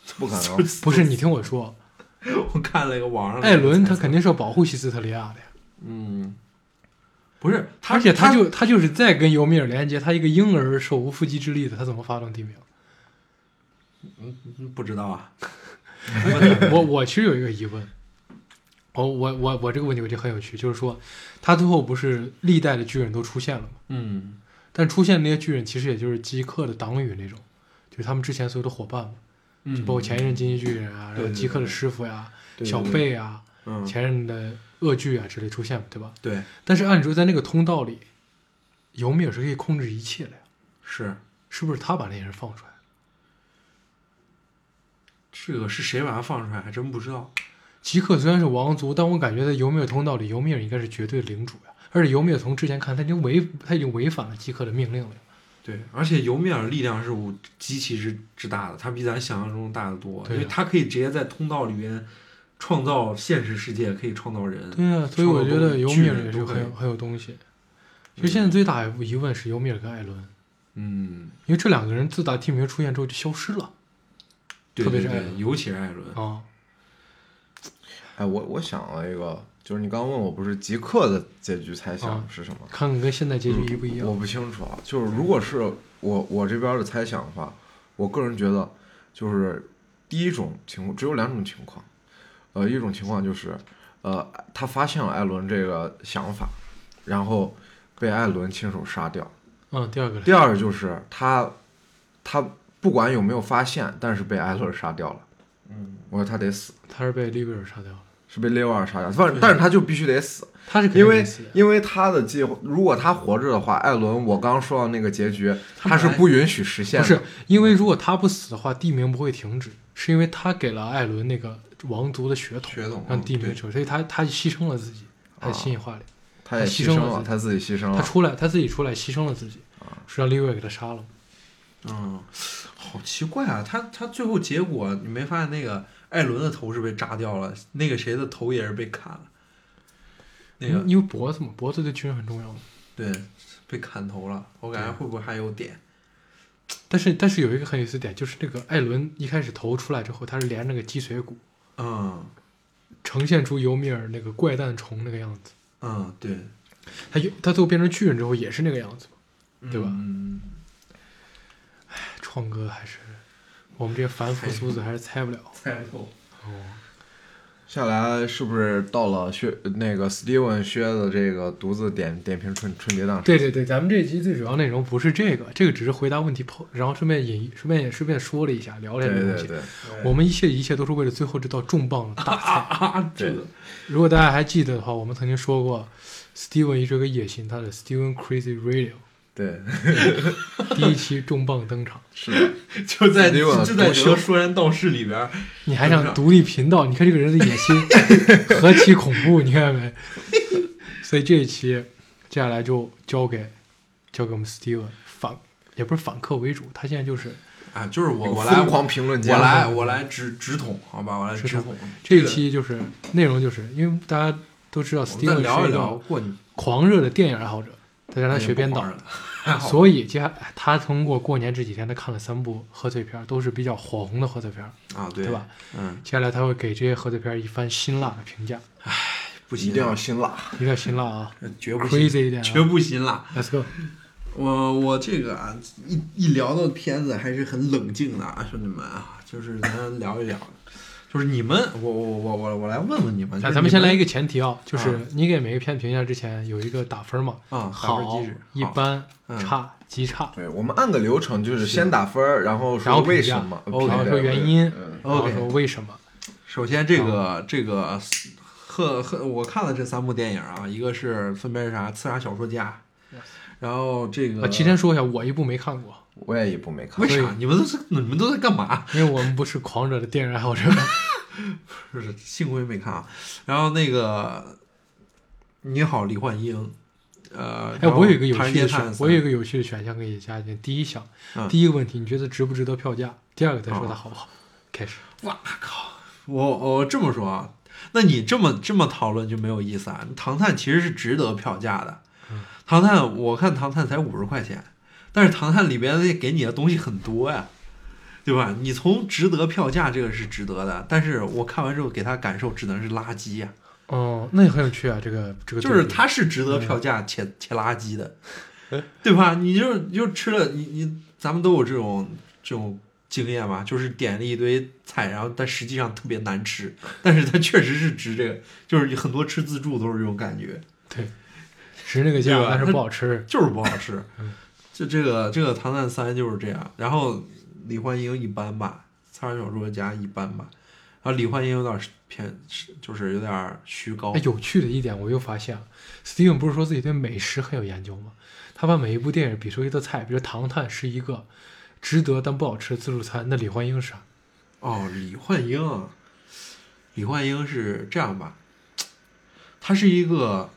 D: 不可 能，
C: 不是，你听我说，
E: 我看了一个网上的
C: 艾伦他
E: 猜测
C: 肯定是要保护希斯特利亚的呀，
D: 嗯，
E: 不是，他
C: 而且
E: 他
C: 他就他就是在跟尤米尔连接，他一个婴儿手无缚鸡之力的，他怎么发动地名？
E: 嗯不知道啊。
C: 我我其实有一个疑问，我我我我这个问题我觉得很有趣，就是说，他最后不是历代的巨人都出现了吗？
E: 嗯，
C: 但出现那些巨人其实也就是基克的党羽那种，就是他们之前所有的伙伴嘛，就包括前一任金鸡巨人啊，然后
E: 嗯对对
C: 基克的师傅呀、
D: 对 对
C: 小贝啊、
E: 嗯
C: 前任的恶巨啊之类出现嘛，对吧？
E: 对，
C: 但是按理说在那个通道里，尤米尔是可以控制一切的呀，
E: 是
C: 是不是他把那些人放出来？
E: 这个是谁把它放出来，还真不知道。
C: 吉克虽然是王族，但我感觉在尤米尔通道里，尤米尔应该是绝对领主呀。而且尤米尔从之前看，他已经违他已经违反了吉克的命令了呀。
E: 对，而且尤米尔力量是无极其之之大的，它比咱想象中大得多，
C: 对啊
E: 因为它可以直接在通道里边创造现实世界，可以创造人。
C: 对呀、所以我觉得尤米尔也是很
E: 巨人
C: 有
E: 都
C: 很有东西。其实现在最大的疑问是尤米尔跟艾伦，
E: 嗯，
C: 因为这两个人自打地名出现之后就消失了
E: 对
C: 特别
E: 对
C: 是艾
E: 对，
C: 伦
E: 尤其是艾伦，
C: 啊。
D: 哎，我我想了一个，就是你刚刚问我不是极客的结局猜
C: 啊
D: 想是什么？嗯
C: 看看跟现在结局一不一样。
D: 我不清楚啊。就是如果是我我这边的猜想的话，我个人觉得就是第一种情况只有两种情况，呃，一种情况就是呃他发现了艾伦这个想法，然后被艾伦亲手杀掉。
C: 嗯，第二个，
D: 第二个就是他他不管有没有发现，但是被艾伦杀掉了。
E: 嗯，
D: 我说他得死，
C: 他是被利维尔杀掉了，
D: 是被雷瓦尔杀掉，反正但是他就必须得死。
C: 他是肯
D: 因
C: 定没
D: 为
C: 死的，
D: 因为他的计划，如果他活着的话，艾伦，我刚刚说到那个结局，他是不允许实现
C: 不
D: 的。
C: 是因为如果他不死的话，地名不会停止，是因为他给了艾伦那个王族的血统，
E: 血统
C: 让地名
E: 对
C: 成，所以他他牺牲了自己，他
D: 嗯啊
C: 心里话里，
D: 他也牺
C: 他牺牲了
D: 牲
C: 自
D: 了，
C: 己
D: 他自己牺牲
C: 他
D: 了。
C: 出来他自己出来牺牲了自己，
D: 啊
C: 是让利维尔给他杀了，
E: 嗯，好奇怪啊！他他最后结果你没发现那个艾伦的头是被炸掉了，那个谁的头也是被砍了，那个、
C: 因为脖子嘛，脖子对军人很重要嘛，
E: 对被砍头了，我感觉会不会还有点？
C: 但是但是有一个很有意思的点，就是这个艾伦一开始头出来之后，他是连那个脊髓骨，
E: 嗯
C: 呈现出尤米尔那个怪诞虫那个样子，
E: 嗯，对，
C: 他有他最后变成巨人之后也是那个样子嘛，对吧
E: 嗯，
C: 创哥还是我们这个凡夫俗子还是猜不 了。
E: 猜不透。
C: 哦，
D: 下来是不是到了薛那个 Steven 薛的这个独自点点评春春节档？
C: 对对对，咱们这一集最主要内容不是这个，这个只是回答问题抛，然后顺便引顺便也顺便说了一下，聊了一
D: 对
C: 下这个东
D: 对
C: 西。
D: 对，
C: 我们一切一切都是为了最后这道重磅 的大菜。
E: 啊，这
D: 对
E: 个
C: 如果大家还记得的话，我们曾经说过，Steven 一直有个野心，他的 Steven Crazy Radio
D: 对，
C: 第一期重磅 登场。
D: 是的，
E: 就在
D: 离我
E: 就在
D: 多
E: 整
D: 羞
E: 个说人道事里边儿，
C: 你还想独立频道？你看这个人的野心 何其恐怖，你看见没？所以这一期接下来就交给交给我们 Steven 反，也不是反客为主，他现在就是
E: 啊，就是我我来
D: 疯狂评论家，
E: 我来我来直直捅，好吧，我来
C: 直
E: 直
C: 捅
E: 捅。
C: 这一
E: 个
C: 期就是内容就是因为大家都知道
E: 我们再
C: Steven
E: 聊
C: 是
E: 一
C: 一
E: 聊哎
C: 个
E: 过年，
C: 狂热的电影爱好者，再加上他学编 导，
E: 导
C: 所以接下来他通过过年这几天，他看了三部贺岁片儿，都是比较火红的贺岁片儿，
E: 啊，
C: 对
E: 对
C: 吧？？
E: 嗯，
C: 接下来他会给这些贺岁片儿一番辛辣的评价，
E: 不行，
D: 一定要辛辣。
C: 一定要辛辣啊
E: 呃绝不行，
C: ，crazy 一点、
E: 绝
C: 啊、
E: 不行啦！
C: ，Let's go。
E: 我我这个啊，一一聊到片子还是很冷静的啊，兄弟们啊，就是咱聊一聊，就是你们，我我我我我来问问你们，就
C: 那
E: 是
C: 咱们先来一
E: 个
C: 个前提啊，就是
E: 啊
C: 你给每个片评价之前有一个打分嘛，
E: 啊，打分
C: 好
E: 机制，
C: 一
E: 好
C: 般、
E: 嗯
C: 差、极差，
D: 对，我们按个流程，就是先打分儿，然后
C: 然
D: 说
C: 后评
D: 为
C: 价
D: 什么，
C: ，OK，
D: 评价
C: 说原因
D: 嗯
C: 然后
E: OK
C: 说为什么，
E: 首先，这个这个赫赫，我看了这三部电影啊，一个是分别是啥《刺杀小说家》，然后这个
C: 啊，提前说一下，我一部没看过，
D: 我也一部没看
E: 为。啥你们都是你们都在干嘛？
C: 因为我们不是狂热的电影爱好者。
E: 就是幸亏没看啊。然后那个你好，李焕英，呃，
C: 哎，我有一个有
E: 然后唐人
C: 趣
E: 街
C: 的选
E: 探案，三
C: 我有一个有趣的选项可以加进。第一项，
E: 嗯哦
C: 第一个问题，你觉得值不值得票价？第二个再说它好不好。开始，
E: 我我这么说啊，那你这么这么讨论就没有意思啊。唐探其实是值得票价的，
C: 嗯
E: 唐探我看唐探才五十块钱，但是唐探里边给你的东西很多呀、对吧？你从值得票价这个是值得的，但是我看完之后给他感受只能是垃圾啊呀、
C: 哦，那也很有趣啊，这个这个
E: 就是
C: 对比嗯哎
E: 它是值得票价且且垃圾的，对吧？你就你就吃了你你咱们都有这种这种经验吧，就是点了一堆菜，然后但实际上特别难吃，但是它确实是值这个，就是很多吃自助都是这种感觉，
C: 值那个价
E: 对，吧
C: 但是
E: 它
C: 不好吃。
E: 就是不好吃
C: 嗯。
E: 就这个这个《唐探三》就是这样，然后李焕英一般吧，《刺杀小说家》一般吧，然后李焕英有点偏，就是有点虚高
C: 哎，。有趣的一点我又发现了，Steven 不是说自己对美食很有研究吗？他把每一部电影比出一道菜，比如《唐探》是一个值得但不好吃的自助餐，那李焕英是啥？
E: 哦，李焕英啊，李焕英是这样吧？他是一个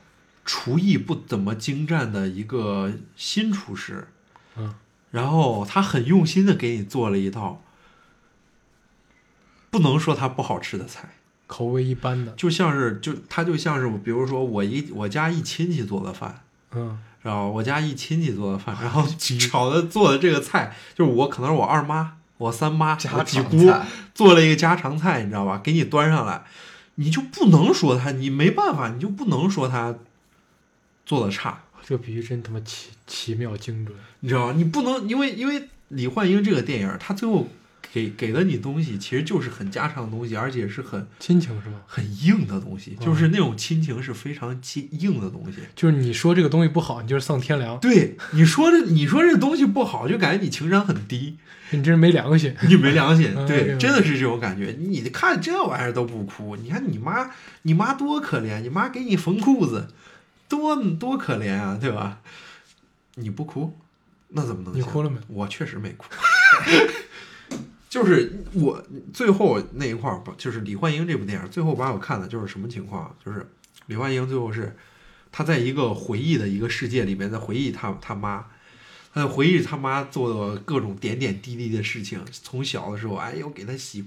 E: 厨艺不怎么精湛的一个新厨师，
C: 嗯，
E: 然后他很用心的给你做了一道不能说它不好吃的菜，
C: 口味一般的，
E: 就像是就他就像是比如说我一我家一亲戚做的饭，
C: 嗯，
E: 然后我家一亲戚做的饭， 然后炒的做的这个菜，就是我可能是我二妈、我三妈、我
D: 家
E: 几
D: 常
E: 姑
D: 菜
E: 做了一个家常菜，你知道吧？给你端上来，你就不能说他，你没办法，你就不能说他做的差。
C: 这个比喻真他妈奇奇妙精准。
E: 你知道吗？你不能因为因为李焕英这个电影，他最后给给了你东西，其实就是很家常的东西，而且是很
C: 亲情是吗？
E: 很硬的东西，
C: 嗯
E: 就是那种亲情是非常亲硬的东西。
C: 就是你说这个东西不好，你就是丧天良，
E: 对，你说这你说这东西不好，就感觉你情商很低，
C: 你真是没良心。
E: 你没良心
C: 嗯。
E: 对，
C: 嗯
E: 真的是这种感觉。你看这玩意儿都不哭，你看你妈，你妈多可怜，你妈给你缝裤子，多多可怜啊，对吧？你不哭，那怎么嗯能行？
C: 你哭了没？
E: 我确实没哭， 就是我最后那一块儿吧，就是李焕英这部电影最后把我看的就是什么情况啊？就是李焕英最后是她在一个回忆的一个世界里面在回忆她她妈。她在回忆她妈做的各种点点滴滴的事情，从小的时候，哎，又给她洗，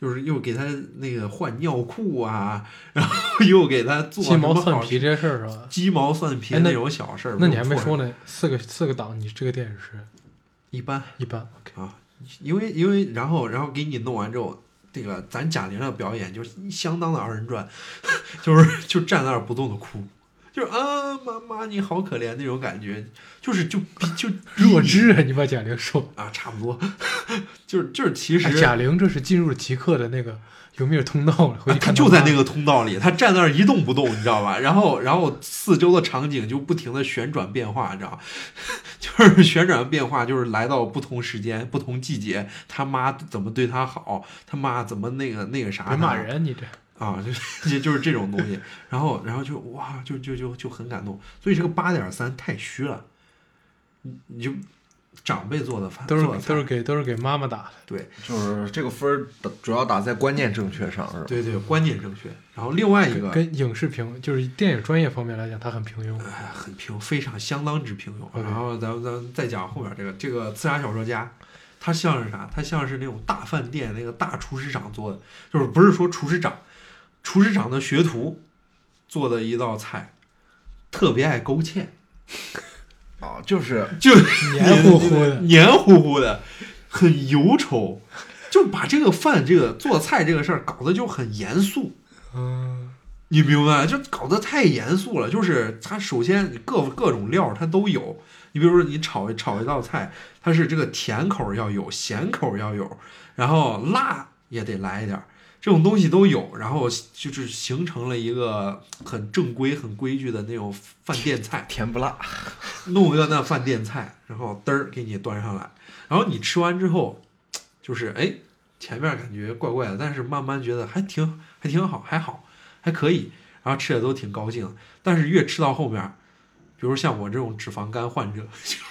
E: 就是又给她那个换尿裤啊，然后又给她做
C: 鸡毛
E: 什么好
C: 蒜皮这些事儿是吧？
E: 鸡毛蒜皮
C: 哎那
E: 那种小事儿。
C: 那你还没
E: 做
C: 说呢，四个四个档，你这个电影是
E: 一般
C: 一般。
E: 啊，因为因为然后然后给你弄完之后，这个咱贾玲的表演就是相当的二人转， 就是就站在那儿不动的哭，就是啊妈妈你好可怜那种感觉，就是就就
C: 弱智啊，你把贾玲说。
E: 啊差不多， 就是就是其
C: 哎
E: 实
C: 贾玲这是进入了极客的那个有没有通道了？回
E: 啊
C: 去
E: 他
C: 看
E: 就在
C: 妈
E: 那个通道里，他站那儿一动不动，你知道吧？然后，然后四周的场景就不停的旋转变化，你知道吧， 就是旋转变化，就是来到不同时间、不同季节，他妈怎么对他好，他妈怎么那个那个啥他，
C: 别骂人，你这
E: 啊，就就就是这种东西。然后，然后就哇，就就就就很感动。所以这个八点三太虚了，你你就长辈做的饭
C: 都是
E: 做的
C: 都是
E: 菜
C: 给都是给妈妈打的。
E: 对。
D: 就是这个分儿打主要打在观念正确上，是吧？
E: 对对，观念正确。然后另外一个
C: 跟跟影视评就是电影专业方面来讲，它很平 庸。
E: 哎，很平，非常相当之平庸。
C: OK
E: 然后咱们咱们再讲后面这个这个刺杀小说家，他像是啥？他像是那种大饭店那个大厨师长做的，就是不是说厨师长，厨师长的学徒做的一道菜，特别爱勾芡，
D: 啊，就是
E: 就
C: 黏糊糊的
E: 黏糊糊的，很忧愁，就把这个饭这个做菜这个事儿搞得就很严肃。
C: 嗯，
E: 你明白，就搞得太严肃了。就是它首先各各种料它都有，你比如说你炒炒一道菜，它是这个甜口要有，咸口要有，然后辣也得来一点儿，这种东西都有，然后就是形成了一个很正规、很规矩的那种饭店菜。
D: 甜不辣，
E: 弄个那饭店菜，然后嘚儿给你端上来，然后你吃完之后，就是哎，前面感觉怪怪的，但是慢慢觉得还挺还挺好，还好还可以，然后吃的都挺高兴，但是越吃到后面，比如像我这种脂肪肝患者，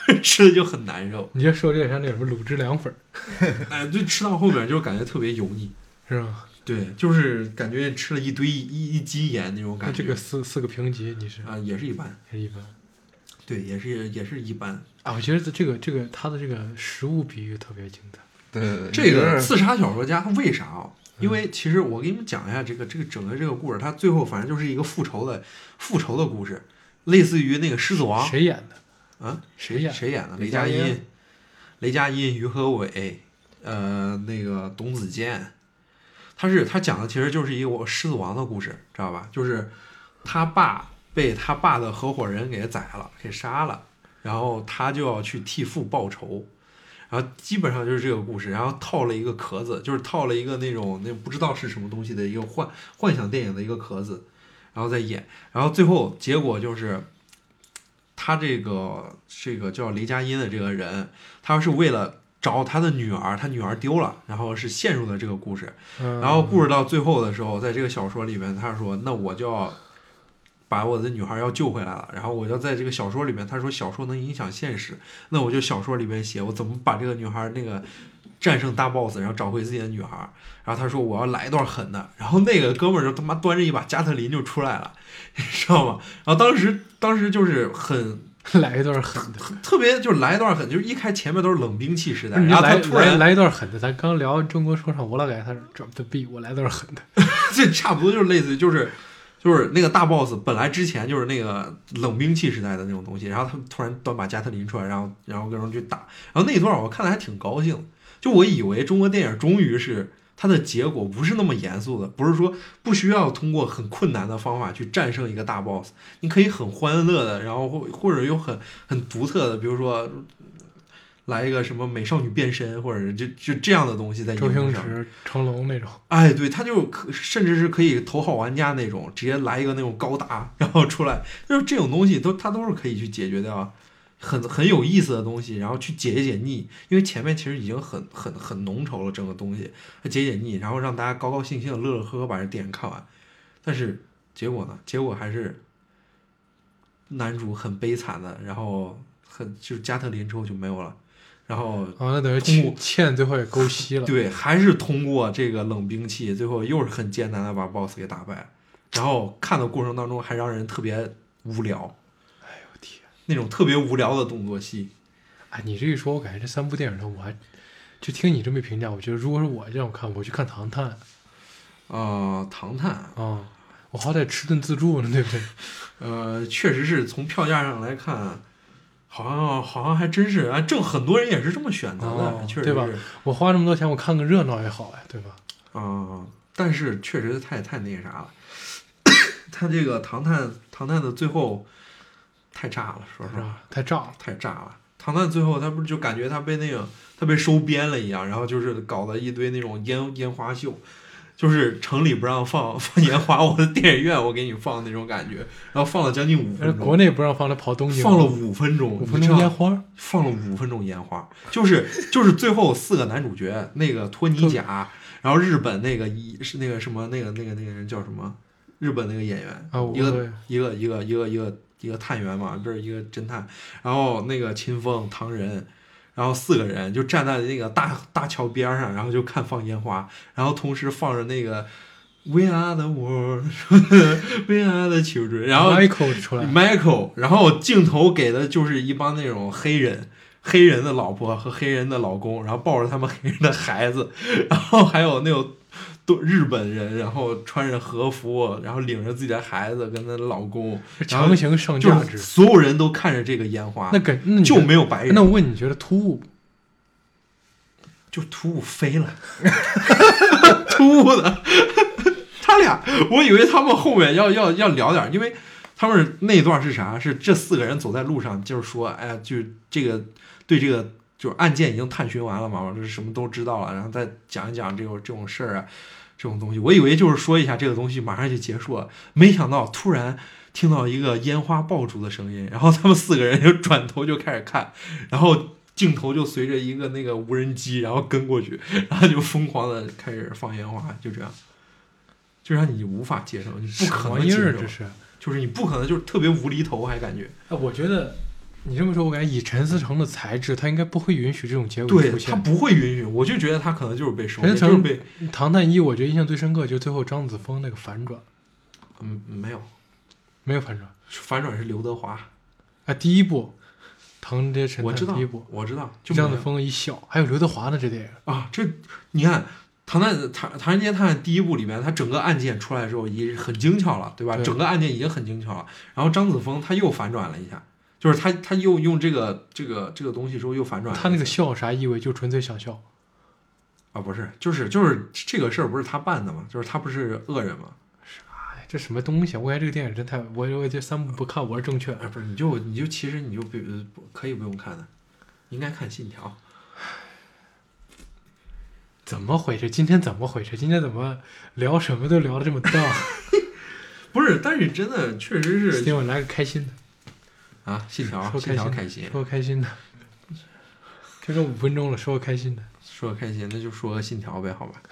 E: 就是吃的就很难受，
C: 你这说这像那什么卤汁凉粉儿
E: 哎，就吃到后面就感觉特别油腻，
C: 是吧？
E: 对，就是感觉吃了一堆一一斤盐那种
C: 那
E: 感觉，
C: 这个四四个评级你是
E: 啊、也是一般，
C: 是一般
E: 对，也是也是一般。
C: 啊？我觉得这个这个它的这个食物比喻特别精彩。
D: 对对对，
E: 这
D: 就
E: 个
D: 是
E: 刺杀小说家他为啥啊？因为其实我给你们讲一下这个这个整个这个故事，它最后反正就是一个复仇的复仇的故事，类似于那个狮子王
C: 谁演的？
E: 啊，
C: 谁
E: 谁
C: 演
E: 谁演的？
D: 雷
E: 雷佳
D: 佳音
E: 音、雷佳音、于和伟，呃，那个董子健，他是他讲的其实就是一个狮子王的故事，知道吧？就是他爸被他爸的合伙人给宰了，给杀了，然后他就要去替父报仇。然后基本上就是这个故事，然后套了一个壳子，就是套了一个那种那不知道是什么东西的一个幻幻想电影的一个壳子，然后再演，然后最后结果就是，他这个这个叫雷佳音的这个人，他是为了找他的女儿，他女儿丢了，然后是陷入了这个故事，
C: 嗯、
E: 然后故事到最后的时候，在这个小说里面，他说：“那我就要把我的女孩要救回来了。”然后我就在这个小说里面，他说小说能影响现实，那我就小说里面写我怎么把这个女孩那个战胜大 boss，然后找回自己的女孩。然后他说我要来一段狠的，然后那个哥们儿就他妈端着一把加特林就出来了， 你知道吗？然后当时当时就是很
C: 来一段狠的，
E: 特别，就是来一段狠，就是一开前面都是冷兵器时代，
C: 嗯 你
E: 然后
C: 就
E: 他
C: 来
E: 突然
C: 来来一段狠的。咱刚聊中国说唱无拉改，他是 drop the beat，我来一段狠的。
E: 这差不多就是类似于就是就是那个大 boss，本来之前就是那个冷兵器时代的那种东西，然后他们突然端把加特林出来，然后然后跟人去打，然后那一段我看的还挺高兴，就我以为中国电影终于是它的结果不是那么严肃的，不是说不需要通过很困难的方法去战胜一个大 boss，你可以很欢乐的，然后或或者有很很独特的，比如说来一个什么美少女变身，或者是就就这样的东西在荧
C: 周
E: 幕
C: 星
E: 上。
C: 驰、成龙那种，
E: 哎，对，他就可甚至是可以头号玩家那种，直接来一个那种高达，然后出来，就是这种东西都他都是可以去解决掉，很很有意思的东西，然后去解一解腻，因为前面其实已经很很很浓稠了整个东西，解解腻，然后让大家高高兴兴的乐乐呵呵把这电影看完，但是结果呢？结果还是男主很悲惨的，然后很就是加特林之后就没有了，然后
C: 啊，那等于
E: 通
C: 欠
E: 过
C: 欠最后也够吸了。
E: 对，还是通过这个冷兵器，最后又是很艰难的把 BOSS 给打败，然后看的过程当中还让人特别无聊，
C: 哎呦我天！
E: 那种特别无聊的动作戏。
C: 哎，你这一说，我感觉这三部电影呢，我还就听你这么一评价，我觉得如果是我这样看，我去看《唐探》
E: 啊，唐探，
C: 啊，我好歹吃顿自助呢，对不对？
E: 呃，确实是从票价上来看，好像好像还真是，啊，正很多人也是这么选择的，
C: 哦
E: 确实
C: 对吧
E: 是
C: 我花这么多钱，我看个热闹也好呀，对吧？
E: 啊、但是确实太太那啥了， 他这个唐探唐探的最后太炸了，说
C: 是
E: 实话。
C: 吧？太炸了，
E: 太炸了。唐探最后他不是就感觉他被那个他被收编了一样，然后就是搞了一堆那种烟烟花秀，就是城里不让放放烟花，我的电影院我给你放那种感觉，然后放了将近五
C: 但是
E: 分
C: 哎
E: 钟，
C: 国内不让放，他跑东京
E: 嗯放了五分钟，
C: 五
E: 你
C: 分
E: 知
C: 钟
E: 道
C: 烟花，
E: 放了五分钟烟花，就是就是最后四个男主角，那个托尼贾，然后日本那个一是那个什么那个那个那个人叫什么？日本那个演员
C: 啊我
E: 一个
C: 对
E: 一个一个一个一个一个探员嘛，不是一个侦探，然后那个秦风、唐人，然后四个人就站在那个大大桥边上，然后就看放烟花，然后同时放着那个 We Are the World，We Are the Children，然后
C: Michael 就出来了
E: Michael，然后镜头给的就是一帮那种黑人。黑人的老婆和黑人的老公，然后抱着他们黑人的孩子， 然后还有那种都日本人，然后穿着和服，然后领着自己的孩子跟她老公， 然后
C: 强行上价
E: 就是
C: 值。
E: 所有人都看着这个烟花，
C: 那给那你
E: 就
C: 觉得
E: 没有白人，
C: 那我问你觉得突兀不？
E: 就突兀飞了， 突兀的。 他俩，我以为他们后面要要要聊点儿，因为他们那一段是啥？是这四个人走在路上，就是说，哎呀，就这个对这个就是案件已经探寻完了嘛，就是什么都知道了，然后再讲一讲这种这种事儿啊，这种东西。我以为就是说一下这个东西马上就结束了，没想到突然听到一个烟花爆竹的声音，然后他们四个人就转头就开始看，然后镜头就随着一个那个无人机，然后跟过去，然后就疯狂的开始放烟花，就这样，就让你无法接受，你不可能
C: 什么玩意
E: 接
C: 儿啊
E: 受
C: 这，是。
E: 就是你不可能就是特别无厘头，还感觉
C: 哎，我觉得你这么说，我感觉以陈思诚的才智，他应该不会允许这种结果
E: 对
C: 出
E: 他
C: 现。
E: 不会允许，我就觉得他可能就是被收
C: 陈
E: 编，
C: 思
E: 就是
C: 诚
E: 被
C: 《唐探一》，我觉得印象最深刻就是最后张子枫那个反转，
E: 嗯没有
C: 没有反转。
E: 反转是刘德华，
C: 啊，第一部《唐这神
E: 我
C: 探
E: 知》道
C: 第一部，，
E: 我知道，就
C: 张
E: 没
C: 子
E: 有
C: 枫一笑，还有刘德华呢，这电影。
E: 啊，这你看《唐探唐唐人街探案》第一部里面，他整个案件出来之后已经很精巧了，对吧？
C: 对
E: 整个案件已经很精巧了。然后张子枫他又反转了一下，就是他他又用这个这个这个东西之后又反转了一下。
C: 他那个笑啥意味？就纯粹想笑。
E: 啊，不是，就是就是这个事儿不是他办的嘛，就是他不是恶人嘛？
C: 哎，这什么东西啊？我感觉这个电影真太……我我这三部不看，我是正确的。
E: 哎，不是，你就你就其实你就不不可以不用看的，应该看《信条》。
C: 怎么回事？今天怎么回事？今天怎么聊什么都聊的这么荡？
E: 不是，但是真的确实是
C: 今晚来个开心的。
E: 啊，《信条》
C: 说
E: 信
C: 开
E: 条
C: 心的，
E: 开心，
C: 说开心的。这都五分钟了，说个开心的。
E: 说开心，那就说个信条呗，好吧？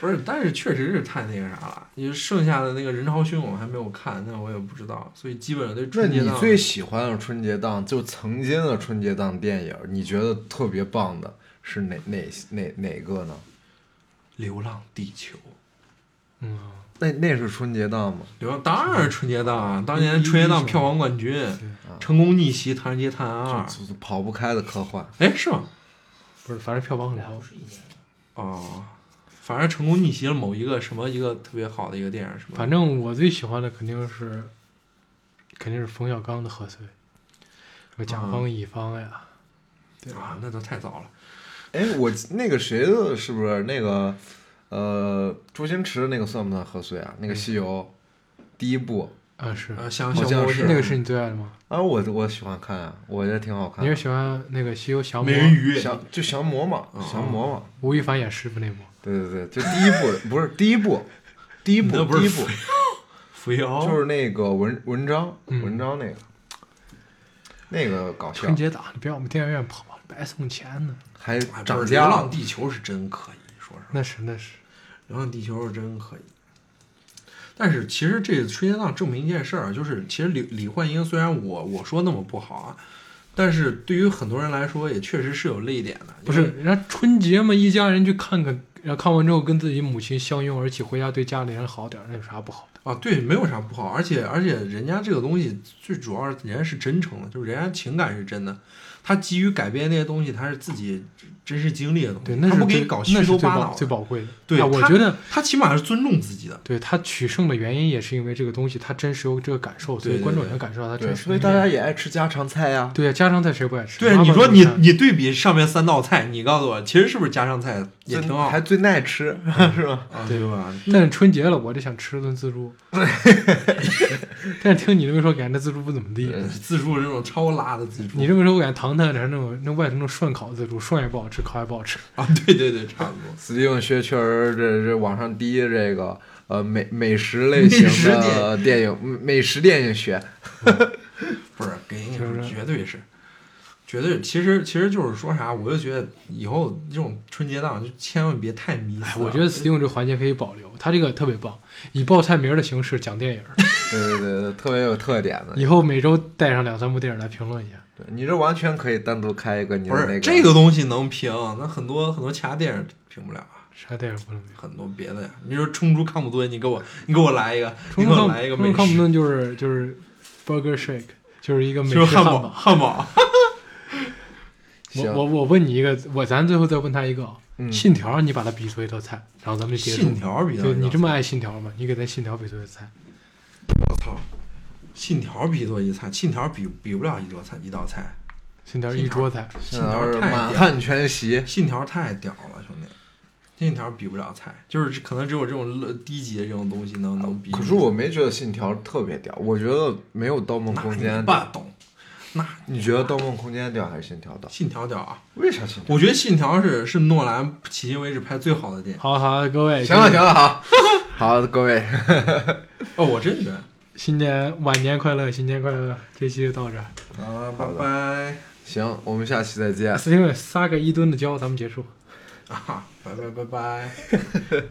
E: 不是，但是确实是太那个啥了。你剩下的那个人潮汹涌还没有看，那我也不知道，所以基本上对
D: 那
E: 春节
D: 你
E: 档
D: 最喜欢的春节档，就曾经的春节档电影，你觉得特别棒的是哪哪哪哪个呢？
E: 流浪地球》
C: 嗯，
D: 那那是春节档吗？
E: 流浪当然是春节档啊，当年春节档票房冠军，成功逆袭《唐人街探案二》。
D: 啊就就跑不开的科幻。
E: 哎，是吗？
C: 不是，反正票房很高。
E: 哦，反正成功逆袭了某一个什么一个特别好的一个电影，是吧？
C: 反正我最喜欢的肯定是，肯定是冯小刚的贺岁，什么甲
E: 啊
C: 方乙方呀，
E: 啊，那都太早了。
D: 哎，我那个谁的是不是那个呃周星驰的那个算不算贺岁啊？那个西游、第一部
C: 啊，是
E: 啊，像
D: 好
E: 像
D: 像
E: 我
D: 是
C: 那个是你最爱的吗？
D: 啊，我我喜欢看啊，我觉得挺好看
C: 你。是喜欢那个西游降魔
E: 美？人鱼，
D: 降就降魔嘛，
E: 嗯
D: 降魔嘛，
C: 吴亦凡演师傅那幕，
D: 对对对，就第一部的不是第一部，第一
E: 你那
D: 部
E: 不
D: 第
E: 是
D: 一部
E: 扶摇
D: 就是那个文文章
C: 嗯
D: 文章那个那个搞笑
C: 春，节档你别往我们电影院跑，白送钱呢。
D: 还
E: 哎不是
D: 涨
E: 流
D: 价
E: 浪
D: 了。
E: 地球是真可以，说实话，
C: 那是那是，
E: 流浪地球是真可以。但是其实这个春节档证明一件事儿，啊就是其实李李焕英虽然我我说那么不好啊，但是对于很多人来说也确实是有泪点的。
C: 不
E: 因
C: 是
E: 为
C: 人家春节嘛，一家人去看看，然后看完之后跟自己母亲相拥而泣，回家对家里人好点儿，那有啥不好的？
E: 啊，对，没有啥不好，而且而且人家这个东西最主要是人家是真诚的，就是人家情感是真的，他基于改编那些东西，他是自己真实经历的东西，
C: 对，那
E: 他
C: 是
E: 不给
C: 最
E: 你搞虚
C: 那是
E: 头
C: 最
E: 巴
C: 宝
E: 脑的
C: 最宝贵的。
E: 对
C: 啊我
E: 他
C: 觉得
E: 他起码是尊重自己的。
C: 对他取胜的原因也是因为这个东西，他真实有这个感受，所
E: 对
C: 以
E: 对
C: 观众
E: 对
C: 也能感受到他
D: 对，
C: 真实
D: 所
C: 的
D: 以
C: 一面。
D: 大家也爱吃家常菜呀。
C: 对啊，家常菜谁不爱吃？
E: 对，
C: 妈
E: 你
C: 妈
E: 说
C: 做
E: 你
C: 饭
E: 你对比上面三道菜，你告诉我，其实是不是家常菜也
D: 最
E: 挺好
D: 还，最耐吃，是吧？
E: 啊对吧？
C: 但是春节了，我就想吃顿 自助。但是听你这么说，感觉那自助不怎么地。
E: 自助这种超辣的自助，
C: 你这么说，我感觉唐探是那种那外头那种涮烤自助，涮也不好吃，烤也不好吃。
E: 啊，对对对，差不多。
D: 紫金影学确实这这网上第一这个呃美美食类型
E: 美食
D: 的电影，嗯美食电影学，
E: 不是，给你
C: 是不
E: 说，
C: 是
E: 绝对是，绝对。其实其实就是说啥，我就觉得以后这种春节档就千万别太迷
C: 哎，
E: 思了。
C: 我觉得 Steam 这个环节可以保留，它这个特别棒，以报菜名儿的形式讲电影儿，
D: 对对对对，特别有特点的。
C: 以后每周带上两三部电影来评论一下。
D: 对你这完全可以单独开一个你的
E: 不
D: 那
E: 是这个东西能评，那很多很多其他电影评不了啊。
C: 啥电影不能评？
E: 很多别的呀，你说冲出康普顿，你给我，你给我来一个，
C: 冲
E: 你给
C: 出
E: 我
C: 康
E: 来一个
C: 冲
E: 美
C: 出康普
E: 食，
C: 顿就是就是 Burger Shake，就是一个美
E: 就
C: 食
E: 是汉
C: 堡。
E: 堡，汉堡。
D: 行
C: 我我我问你一个，我咱最后再问他一个啊，
D: 嗯
C: 信条你把它比作一道菜，然后咱们就结束。
E: 信条比较
C: 对你这么
E: 爱。
C: 爱信条吗？你给咱信条比作一道菜，
E: 我操，信条比作一菜，信条比比不了一桌菜一道菜，
C: 信条
E: 信
C: 一
E: 条
C: 桌菜，
D: 现
E: 信
D: 在
E: 条
D: 是
E: 太
D: 满
E: 屌了，
D: 汉全席，
E: 信条太屌了，兄弟，信条比不了菜，就是可能只有这种乐低级的这种东西能能比。
D: 可是我没觉得信条特别屌，我觉得没有《盗梦
E: 那
D: 空
E: 哎你
D: 间》
E: 爸
D: 屌。
E: 懂，那
D: 你觉得《盗梦空间》屌还是信条屌？
E: 信条屌啊！
D: 为啥信条？
E: 我觉得信条是是诺兰迄今为止拍最好的电影。
C: 好好，各位，
D: 行了行，了， 好，好各位，
E: 哦，我真觉得。
C: 新年晚年快乐，新年快乐，这期就到这儿。
E: 啊，拜
D: 好的
E: 拜
D: 行，我们下期再见。
C: 因为撒个一吨的胶，咱们结束。
E: 啊，拜拜拜拜。